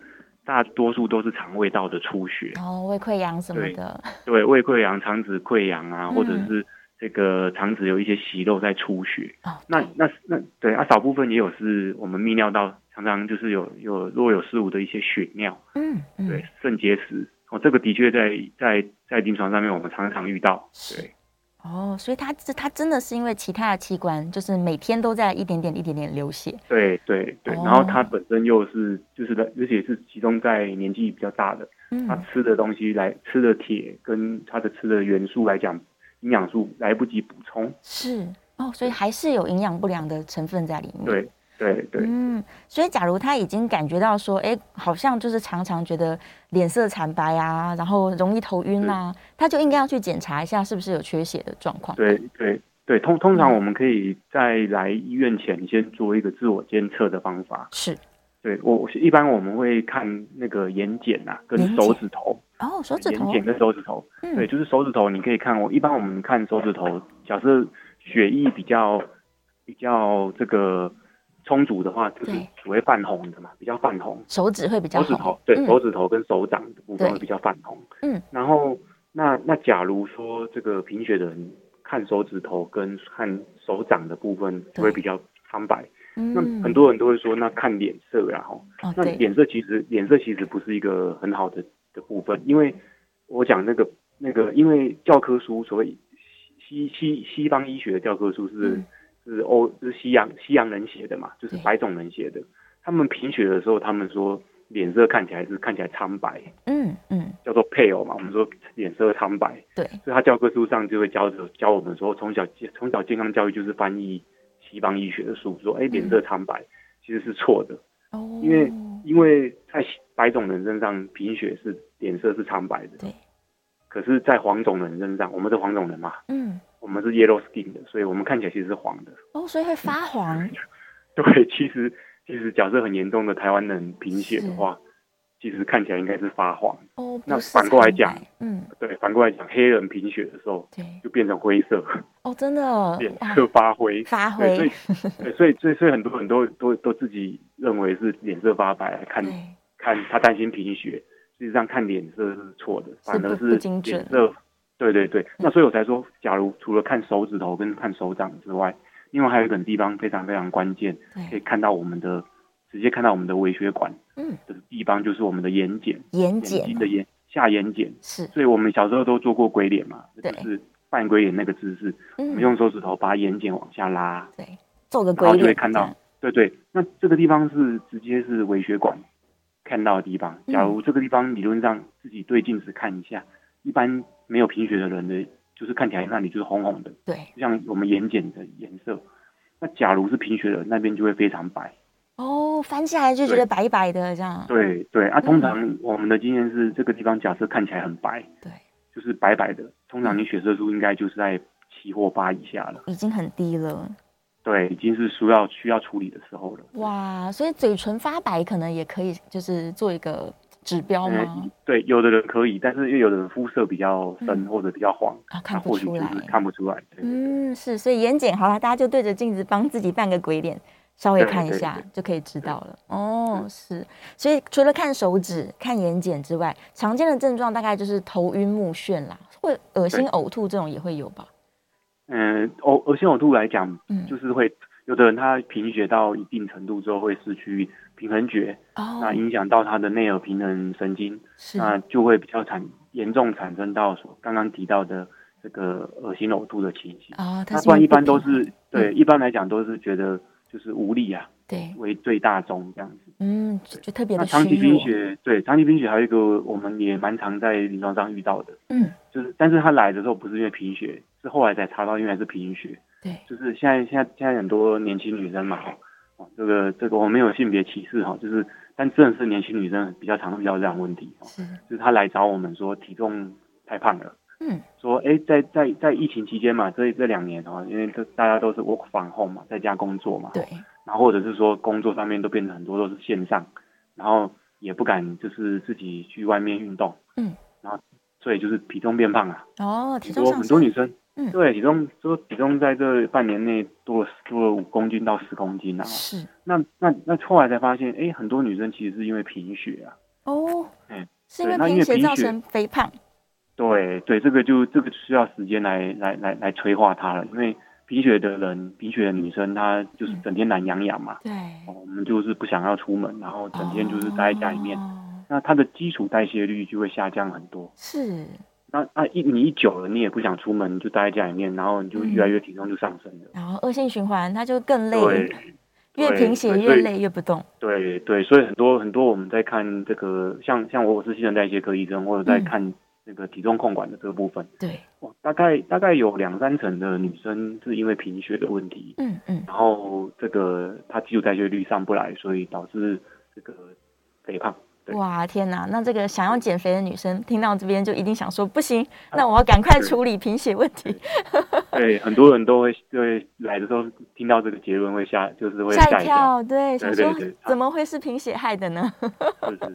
Speaker 2: 大多数都是肠胃道的出血，
Speaker 1: 然后胃溃疡什么的，
Speaker 2: 对，胃溃疡、肠子溃疡啊，
Speaker 1: 嗯
Speaker 2: 或者是这个肠子有一些息肉在出血。
Speaker 1: 哦，
Speaker 2: 那
Speaker 1: 对
Speaker 2: 那那对啊，少部分也有是我们泌尿道常常就是有有若有似无的一些血尿，
Speaker 1: 嗯嗯，
Speaker 2: 对，肾结石。哦，这个的确在在在临床上面我们常常遇到，
Speaker 1: 是
Speaker 2: 对，
Speaker 1: 哦，所以他这他真的是因为其他的器官，就是每天都在一点点一点点流血，
Speaker 2: 对对对，
Speaker 1: 哦
Speaker 2: 然后它本身又是就是的，而且是集中在年纪比较大的，
Speaker 1: 嗯
Speaker 2: 他吃的东西来吃的铁跟他的吃的元素来讲，营养素来不及补充。
Speaker 1: 是哦，所以还是有营养不良的成分在里面。
Speaker 2: 对对对
Speaker 1: 嗯，所以假如他已经感觉到说，哎，好像就是常常觉得脸色惨白啊，然后容易头晕啊，他就应该要去检查一下是不是有缺血的状况。
Speaker 2: 对对对，通通
Speaker 1: 嗯
Speaker 2: 常我们可以在来医院前先做一个自我监测的方法。
Speaker 1: 是
Speaker 2: 对我我一般我们会看那个眼睑啊，跟
Speaker 1: 眼睑
Speaker 2: 手指头，
Speaker 1: 哦，手指
Speaker 2: 眼
Speaker 1: 头，
Speaker 2: 睑跟手指头，
Speaker 1: 嗯
Speaker 2: 对，就是手指头，你可以看我一般我们看手指头，假设血液比较比较这个充足的话，就是
Speaker 1: 对
Speaker 2: 所谓泛红的嘛，比较泛红。
Speaker 1: 手指会比较
Speaker 2: 手指
Speaker 1: 红，
Speaker 2: 头，对，
Speaker 1: 嗯
Speaker 2: 手指头跟手掌的部分
Speaker 1: 对
Speaker 2: 会比较泛红。
Speaker 1: 嗯，
Speaker 2: 然后那那假如说这个贫血的人看手指头跟看手掌的部分
Speaker 1: 对
Speaker 2: 会比较苍白，那
Speaker 1: 嗯，
Speaker 2: 很多人都会说那看脸色啊然后，
Speaker 1: 哦，
Speaker 2: 那
Speaker 1: 对，
Speaker 2: 脸色其实脸色其实不是一个很好的的部分，因为我讲那个那个，因为教科书所谓西西西方医学的教科书是、
Speaker 1: 嗯
Speaker 2: 是欧是西洋西洋人写的嘛，就是
Speaker 1: 对
Speaker 2: 白种人写的。他们贫血的时候，他们说脸色看起来是看起来苍白，
Speaker 1: 嗯嗯，
Speaker 2: 叫做配偶嘛，我们说脸色苍白，
Speaker 1: 对，
Speaker 2: 所以他教科书上就会教着教我们说，从小从小健康教育就是翻译西方医学的书，说哎脸
Speaker 1: 嗯
Speaker 2: 色苍白、其实是错的。
Speaker 1: 哦，
Speaker 2: 因为因为在白种人身上，贫血是脸色是苍白的，
Speaker 1: 对，
Speaker 2: 可是，在黄种人身上，我们是黄种人嘛，
Speaker 1: 嗯，
Speaker 2: 我们是 yellow skin 的，所以我们看起来其实是黄的。 [LAUGHS]
Speaker 1: 哦，所以会发黄，
Speaker 2: 对，其实其实假设很严重的台湾人贫血的话，其实看起来应该是发黄。
Speaker 1: 哦，不
Speaker 2: 那
Speaker 1: 是
Speaker 2: 反过来
Speaker 1: 苍
Speaker 2: 讲
Speaker 1: 白，嗯，
Speaker 2: 对，反过来讲，黑人贫血的时候
Speaker 1: 对，
Speaker 2: 就变成灰色，
Speaker 1: 哦，真的，
Speaker 2: 脸
Speaker 1: 哇
Speaker 2: 色发灰。
Speaker 1: 发
Speaker 2: 对，所
Speaker 1: 灰
Speaker 2: 以，对，所以所以所以很多人都都都自己认为是脸色发白，看
Speaker 1: 对，
Speaker 2: 看他担心贫血，事实上看脸色是错的，反而
Speaker 1: 不
Speaker 2: 是
Speaker 1: 不精准嗯
Speaker 2: 脸色。对对对，那所以我才说，假如除了看手指头跟看手掌之外，另外还有一个地方非常非常关键，可以
Speaker 1: 对，
Speaker 2: 看到我们的直接看到我们的微血管
Speaker 1: 嗯，
Speaker 2: 的地方，就是我们的眼睑，
Speaker 1: 眼
Speaker 2: 眼睛
Speaker 1: 睑
Speaker 2: 的眼下眼睑。
Speaker 1: 是，
Speaker 2: 所以我们小时候都做过鬼脸嘛，
Speaker 1: 对
Speaker 2: 就是半鬼脸那个姿势，我们
Speaker 1: 嗯，
Speaker 2: 用手指头把眼睑往下拉，
Speaker 1: 对，做个
Speaker 2: 然
Speaker 1: 鬼
Speaker 2: 后就会
Speaker 1: 脸，
Speaker 2: 看到，对对，那这个地方是直接是微血管看到的地方。假如这个地方理论上自己对镜子看一下，一般没有贫血的人的，就是看起来那里就是红红的，
Speaker 1: 这样对，
Speaker 2: 就像我们眼睑的颜色。那假如是贫血的，那边就会非常白。
Speaker 1: 哦，翻下来就觉
Speaker 2: 对
Speaker 1: 得白白的这样，
Speaker 2: 对对，啊，通常我们的经验是这个地方假设看起来很白，
Speaker 1: 对，
Speaker 2: 就是白白的，通常你血色素应该就是在七或八以下了，
Speaker 1: 已经很低了，
Speaker 2: 对，已经是需要需要处理的时候了。
Speaker 1: 哇，所以嘴唇发白可能也可以，就是做一个指标哦吗啊
Speaker 2: 嗯，？对，有的人可以，但是因为有的人肤色比较深、
Speaker 1: 嗯
Speaker 2: 或者比较黄，
Speaker 1: 啊，
Speaker 2: 那
Speaker 1: 看不
Speaker 2: 或许
Speaker 1: 出
Speaker 2: 就
Speaker 1: 来
Speaker 2: 是，看不出来。对对对
Speaker 1: 嗯，是，所以眼睑好了，大家就对着镜子帮自己扮个鬼脸，稍微
Speaker 2: 对
Speaker 1: 看一
Speaker 2: 对
Speaker 1: 下
Speaker 2: 对
Speaker 1: 就可以知道了。哦，是，所以除了看手指、看眼睑之外，常见的症状大概就是头晕目眩啦，会恶心、
Speaker 2: 对
Speaker 1: 呕吐这种也会有吧？
Speaker 2: 嗯，呕恶心呕吐来讲，
Speaker 1: 嗯，
Speaker 2: 就是会有的人他贫血到一定程度之后会失去平衡觉，
Speaker 1: 哦
Speaker 2: 那，影响到他的内耳平衡神经，
Speaker 1: 是，
Speaker 2: 那就会比较产严重产生到所刚刚提到的这个恶心呕吐的情形。
Speaker 1: 啊，它
Speaker 2: 那
Speaker 1: 是
Speaker 2: 不
Speaker 1: 因
Speaker 2: 然
Speaker 1: 为
Speaker 2: 一般
Speaker 1: 不
Speaker 2: 都
Speaker 1: 平衡
Speaker 2: 是对，
Speaker 1: 嗯
Speaker 2: 一般来讲都是觉得就是无力啊
Speaker 1: 对，
Speaker 2: 为最大宗这样子。
Speaker 1: 嗯，就就特别
Speaker 2: 那
Speaker 1: 的
Speaker 2: 长期
Speaker 1: 虚
Speaker 2: 贫
Speaker 1: 弱，
Speaker 2: 血，对长期贫血还有一个我们也蛮常在临床上遇到的，
Speaker 1: 嗯，
Speaker 2: 就是但是他来的时候不是因为贫血，是后来才查到原来是贫血，
Speaker 1: 对，
Speaker 2: 就是现在现在现在很多年轻女生嘛，哦哦，这个这个我没有性别歧视哈、哦，就是但真的是年轻女生比较常遇到这样的问题、哦，
Speaker 1: 是，
Speaker 2: 就是她来找我们说体重太胖了。
Speaker 1: 嗯，
Speaker 2: 说，哎，在在在疫情期间嘛，这这两年哦，因为这大家都是 work from home 嘛，在家工作嘛，
Speaker 1: 对，
Speaker 2: 然后或者是说工作上面都变成很多都是线上，然后也不敢就是自己去外面运动，
Speaker 1: 嗯，
Speaker 2: 然后所以就是体重变胖啊，
Speaker 1: 哦，体
Speaker 2: 很
Speaker 1: 重
Speaker 2: 多
Speaker 1: 上
Speaker 2: 很多
Speaker 1: 升，
Speaker 2: 女生，
Speaker 1: 嗯
Speaker 2: 对，体重说体重在这半年内多了多了五公斤到十公斤啊，
Speaker 1: 是，
Speaker 2: 那那那后来才发现，哎，很多女生其实是因为贫血啊，
Speaker 1: 哦，
Speaker 2: 嗯
Speaker 1: 是因为
Speaker 2: 对那因为
Speaker 1: 贫血
Speaker 2: 贫
Speaker 1: 造
Speaker 2: 血
Speaker 1: 成肥胖，
Speaker 2: 对对，这个就这个需要时间来来来来催化它了，因为贫血的人，贫血的女生她就是
Speaker 1: 嗯
Speaker 2: 整天懒洋洋嘛，
Speaker 1: 对，
Speaker 2: 哦我们就是不想要出门，然后整天就是待在家里面。
Speaker 1: 哦
Speaker 2: 那它的基础代谢率就会下降很多。
Speaker 1: 是，
Speaker 2: 那那一你一久了，你也不想出门，你就待在家里面，然后你就
Speaker 1: 嗯
Speaker 2: 越来越体重就上升了。
Speaker 1: 然后恶性循环，它就更累
Speaker 2: 对，
Speaker 1: 越贫血越累越不动。
Speaker 2: 对对，所以很多很多我们在看这个，像像我我是新陈代谢科医生，或者在
Speaker 1: 嗯
Speaker 2: 看那个体重控管的这个部分，
Speaker 1: 对，
Speaker 2: 哇，大概大概有两三成的女生是因为贫血的问题，
Speaker 1: 嗯嗯，
Speaker 2: 然后这个她基础代谢率上不来，所以导致这个肥胖。对
Speaker 1: 哇，天哪！那这个想要减肥的女生听到这边就一定想说，不行，那我要赶快
Speaker 2: 啊是
Speaker 1: 处理贫血问题， [LAUGHS]
Speaker 2: 对，很多人都会对来的时候听到这个结论会吓，就是会
Speaker 1: 吓
Speaker 2: 吓
Speaker 1: 一
Speaker 2: 一
Speaker 1: 跳，对，想
Speaker 2: 对
Speaker 1: 说
Speaker 2: 对对
Speaker 1: 怎么会是贫血害的呢？
Speaker 2: 跳， [LAUGHS]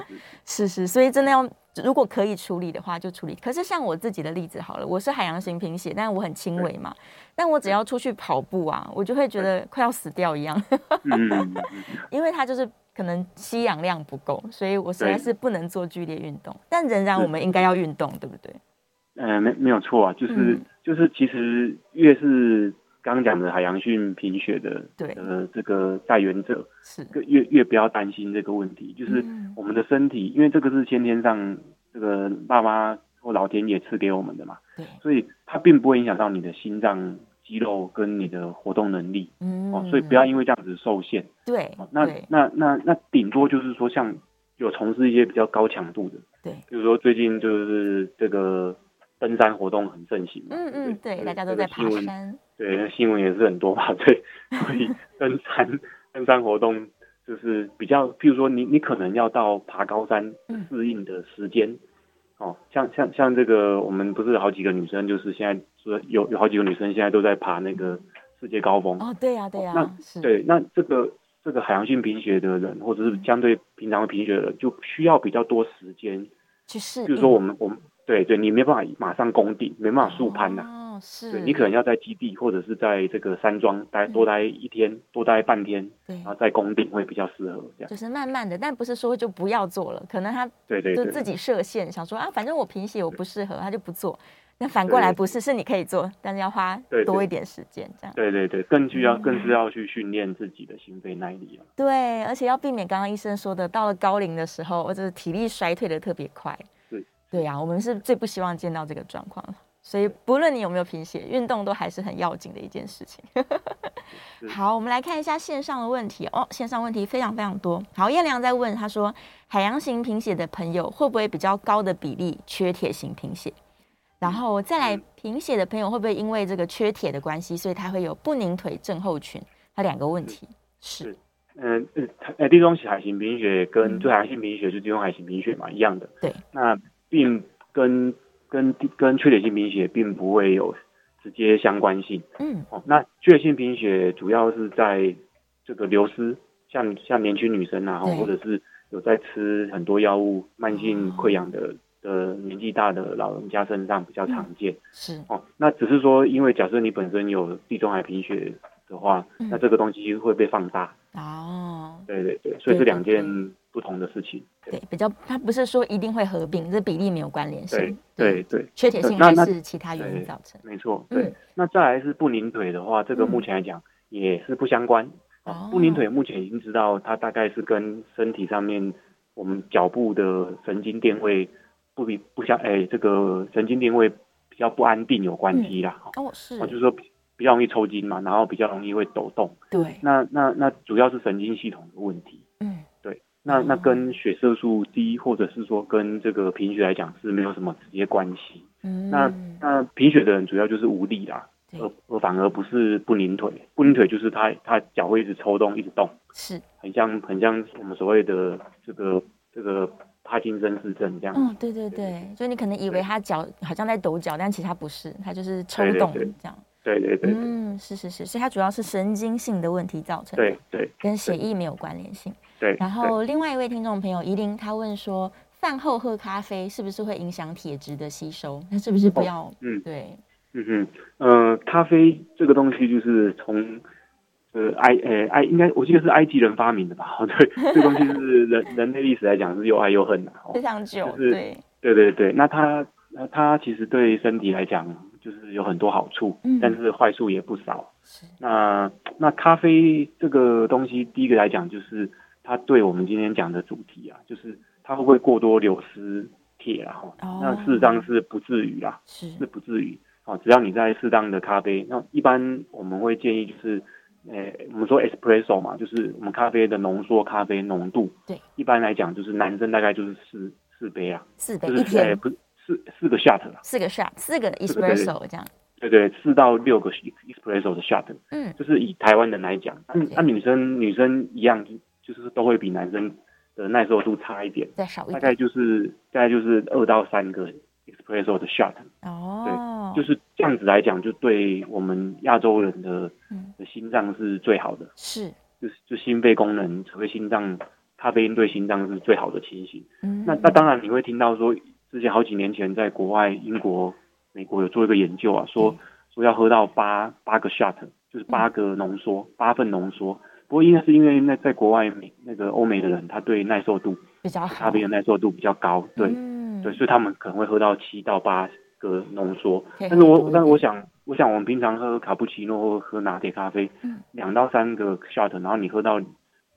Speaker 2: 是
Speaker 1: 是
Speaker 2: 是是，
Speaker 1: 是，所以真的要，如果可以处理的话就处理。可是像我自己的例子好了，我是海洋型贫血，但我很轻微嘛，但我只要出去跑步啊，我就会觉得快要死掉一样， [LAUGHS]
Speaker 2: 嗯嗯，嗯
Speaker 1: 因为它就是可能吸氧量不够，所以我实在
Speaker 2: 对
Speaker 1: 是不能做剧烈运动。但仍然我们应该要运动，对不对？
Speaker 2: 呃，没没有错啊，就是、
Speaker 1: 嗯
Speaker 2: 就是，其实越是刚刚讲的海洋性贫血的
Speaker 1: 对
Speaker 2: 呃这个带源者，
Speaker 1: 是，
Speaker 2: 更越越不要担心这个问题，就是
Speaker 1: 嗯
Speaker 2: 我们的身体，因为这个是先天上这个爸妈或老天爷赐给我们的嘛，
Speaker 1: 对，
Speaker 2: 所以它并不会影响到你的心脏肌肉跟你的活动能力
Speaker 1: 嗯
Speaker 2: 哦，所以不要因为这样子受限。
Speaker 1: 对
Speaker 2: 哦，那
Speaker 1: 对
Speaker 2: 那那那顶多就是说，像有从事一些比较高强度的，
Speaker 1: 对
Speaker 2: 比如说最近就是这个登山活动很盛行嘛，
Speaker 1: 嗯
Speaker 2: 对
Speaker 1: 嗯，
Speaker 2: 不对
Speaker 1: 对，大家都在爬，
Speaker 2: 这个新闻
Speaker 1: 山，
Speaker 2: 对，那新闻也是很多嘛， [LAUGHS] 对，所以登山登山活动就是比较，譬如说你你可能要到爬高山
Speaker 1: 嗯
Speaker 2: 适应的时间。哦，像像像这个，我们不是好几个女生，就是现在说有有好几个女生现在都在爬那个世界高峰
Speaker 1: 哦，对呀、对呀、
Speaker 2: 那
Speaker 1: 是，
Speaker 2: 对，那这个这个海洋性贫血的人，或者是相对平常的贫血的人，就需要比较多时间。
Speaker 1: 去适
Speaker 2: 比
Speaker 1: 应，
Speaker 2: 如说我们我们对对，你没办法马上攻顶，没办法速攀呐、
Speaker 1: 哦，是，
Speaker 2: 对你可能要在基地或者是在这个山庄待
Speaker 1: 嗯
Speaker 2: 多待一天，多待半天，
Speaker 1: 对
Speaker 2: 然后再攻顶会比较适合这样。
Speaker 1: 就是慢慢的，但不是说就不要做了，可能他
Speaker 2: 对对
Speaker 1: 就
Speaker 2: 对，
Speaker 1: 自己设限，想说啊，反正我贫血，我不适合，他就不做。那反过来
Speaker 2: 对对
Speaker 1: 不是，是你可以做，但是要花
Speaker 2: 对对
Speaker 1: 多一点时间，这样
Speaker 2: 对对对，更需要
Speaker 1: 嗯
Speaker 2: 更是要去训练自己的心肺耐力了。
Speaker 1: 对，而且要避免刚刚医生说的，到了高龄的时候，或者是体力衰退的特别快。
Speaker 2: 是，
Speaker 1: 对呀、我们是最不希望见到这个状况了。所以不论你有没有贫血，运动都还是很要紧的一件事情。 [LAUGHS]
Speaker 2: 是
Speaker 1: 好，我们来看一下线上的问题哦，线上问题非常非常多。好，燕良在问，他说海洋型贫血的朋友会不会比较高的比例缺铁型贫血？然后再来
Speaker 2: 嗯
Speaker 1: 贫血的朋友会不会因为这个缺铁的关系，所以他会有不宁腿症候群？他两个问题是
Speaker 2: 是嗯呃，呃，地中海型贫血
Speaker 1: 嗯
Speaker 2: 跟对海性贫血就是地中海型贫血嘛，一样的。
Speaker 1: 对，
Speaker 2: 那并跟跟跟缺铁性贫血并不会有直接相关性
Speaker 1: 嗯
Speaker 2: 哦。那缺铁性贫血主要是在这个流失，像像年轻女生啊，
Speaker 1: 对
Speaker 2: 或者是有在吃很多药物、慢性
Speaker 1: 哦
Speaker 2: 溃疡的的年纪大的老人家身上比
Speaker 1: 嗯
Speaker 2: 较常见。
Speaker 1: 是
Speaker 2: 哦，那只是说，因为假设你本身有地中海贫血的话，
Speaker 1: 嗯
Speaker 2: 那这个东西会被放大。
Speaker 1: 哦，
Speaker 2: 对对对，所
Speaker 1: 对
Speaker 2: 以是两
Speaker 1: 对
Speaker 2: 件不同的事情。
Speaker 1: 对，比较它不是说一定会合并，这比例没有关联
Speaker 2: 对
Speaker 1: 性，嗯
Speaker 2: 对，对，
Speaker 1: 缺铁性
Speaker 2: 那
Speaker 1: 还
Speaker 2: 那
Speaker 1: 是其他原因
Speaker 2: 对
Speaker 1: 造成。
Speaker 2: 没错。
Speaker 1: 嗯
Speaker 2: 对，那再来是不宁腿的话，这个
Speaker 1: 嗯
Speaker 2: 目前来讲也是不相关。
Speaker 1: 哦
Speaker 2: 不宁腿目前已经知道，它大概是跟身体上面我们脚部的神经电位不比不相，哎，这个神经电位比较不安定有关系啦。哦
Speaker 1: 哦，是
Speaker 2: 哦，就是说比比较容易抽筋嘛，然后比较容易会抖动。
Speaker 1: 对，
Speaker 2: 那那那主要是神经系统的问题。
Speaker 1: 嗯，
Speaker 2: 那
Speaker 1: 哦
Speaker 2: 那跟血色素低，或者是说跟这个贫血来讲是没有什么直接关系。那呃
Speaker 1: 嗯
Speaker 2: 那贫血的人主要就是无力啦，
Speaker 1: 对
Speaker 2: 而而反而不是不宁腿，不宁腿就是他他脚会一直抽动，一直动，
Speaker 1: 是，
Speaker 2: 很像很像我们所谓的这个这个帕金森氏症这样。
Speaker 1: 嗯，对对对，就你可能以为
Speaker 2: 对
Speaker 1: 他脚好像在抖脚，但其实他不是，他就是抽
Speaker 2: 对对
Speaker 1: 动
Speaker 2: 对
Speaker 1: 这样。
Speaker 2: 对对对对
Speaker 1: 嗯，是是是，所以它主要是神经性的问题造成的。
Speaker 2: 对对
Speaker 1: 跟血液没有关联性。
Speaker 2: 对。
Speaker 1: 然后另外一位听众朋友怡琳，她问说，饭后喝咖啡是不是会影响铁质的吸收？那是不是不
Speaker 2: 哦
Speaker 1: 要？
Speaker 2: 嗯
Speaker 1: 对，
Speaker 2: 嗯哼，呃，咖啡这个东西就是从呃埃呃埃应该我记得是埃及人发明的吧？哦， [LAUGHS] 对，这个东西是人人类历史来讲是又爱又恨的、哦
Speaker 1: 非。常久，
Speaker 2: 就是
Speaker 1: 对，
Speaker 2: 对对对，那它那它其实对身体来讲就是有很多好处，
Speaker 1: 嗯
Speaker 2: 但是坏处也不少。
Speaker 1: 是，
Speaker 2: 那那咖啡这个东西，第一个来讲就是它对我们今天讲的主题啊，就是它会不会过多流失铁啊？哦
Speaker 1: 哦
Speaker 2: 那事实上是不至于啦。
Speaker 1: 是
Speaker 2: 是不至于哦，只要你在适当的咖啡，那一般我们会建议就是，呃，我们说 espresso 嘛，就是我们咖啡的浓缩咖啡浓度，
Speaker 1: 对，
Speaker 2: 一般来讲就是男生大概就是四四杯啊，
Speaker 1: 四杯
Speaker 2: 就
Speaker 1: 一
Speaker 2: 是呃
Speaker 1: 天
Speaker 2: 不是四四个 shot 啦，
Speaker 1: 四个 shot，四个
Speaker 2: 四个对
Speaker 1: espresso 这样，
Speaker 2: 对对，四到六个 espresso 的 shot，
Speaker 1: 嗯，
Speaker 2: 就是以台湾人来讲，那、
Speaker 1: 了解
Speaker 2: 那女生女生一样，就是都会比男生的耐受度差一点，
Speaker 1: 再少一
Speaker 2: 大
Speaker 1: 点
Speaker 2: 概就是大概就是二到三个 espresso 的 shot，
Speaker 1: 哦，
Speaker 2: 就是这样子来讲，就对我们亚洲人的
Speaker 1: 嗯
Speaker 2: 的心脏是最好的，
Speaker 1: 是，
Speaker 2: 就是就心肺功能，所谓心脏咖啡因对心脏是最好的情形。
Speaker 1: 嗯
Speaker 2: 那那当然你会听到说，之前好几年前在国外英国、美国有做一个研究啊，
Speaker 1: 嗯
Speaker 2: 说说要喝到八八个 shot，就是八个浓缩，八份浓缩。不过应该是因为那在国外美那个欧美的人，他对耐受度
Speaker 1: 比较好，
Speaker 2: 咖啡的耐受度比较高，对、
Speaker 1: 嗯
Speaker 2: 对，所以他们可能会喝到七到八个浓缩。
Speaker 1: 可以
Speaker 2: 但
Speaker 1: 喝
Speaker 2: 是
Speaker 1: 多
Speaker 2: 我
Speaker 1: 一
Speaker 2: 但是
Speaker 1: 点
Speaker 2: 我想我想我们平常喝卡布奇诺或喝拿铁咖啡
Speaker 1: 嗯，
Speaker 2: 两、到三个 shot，然后你喝到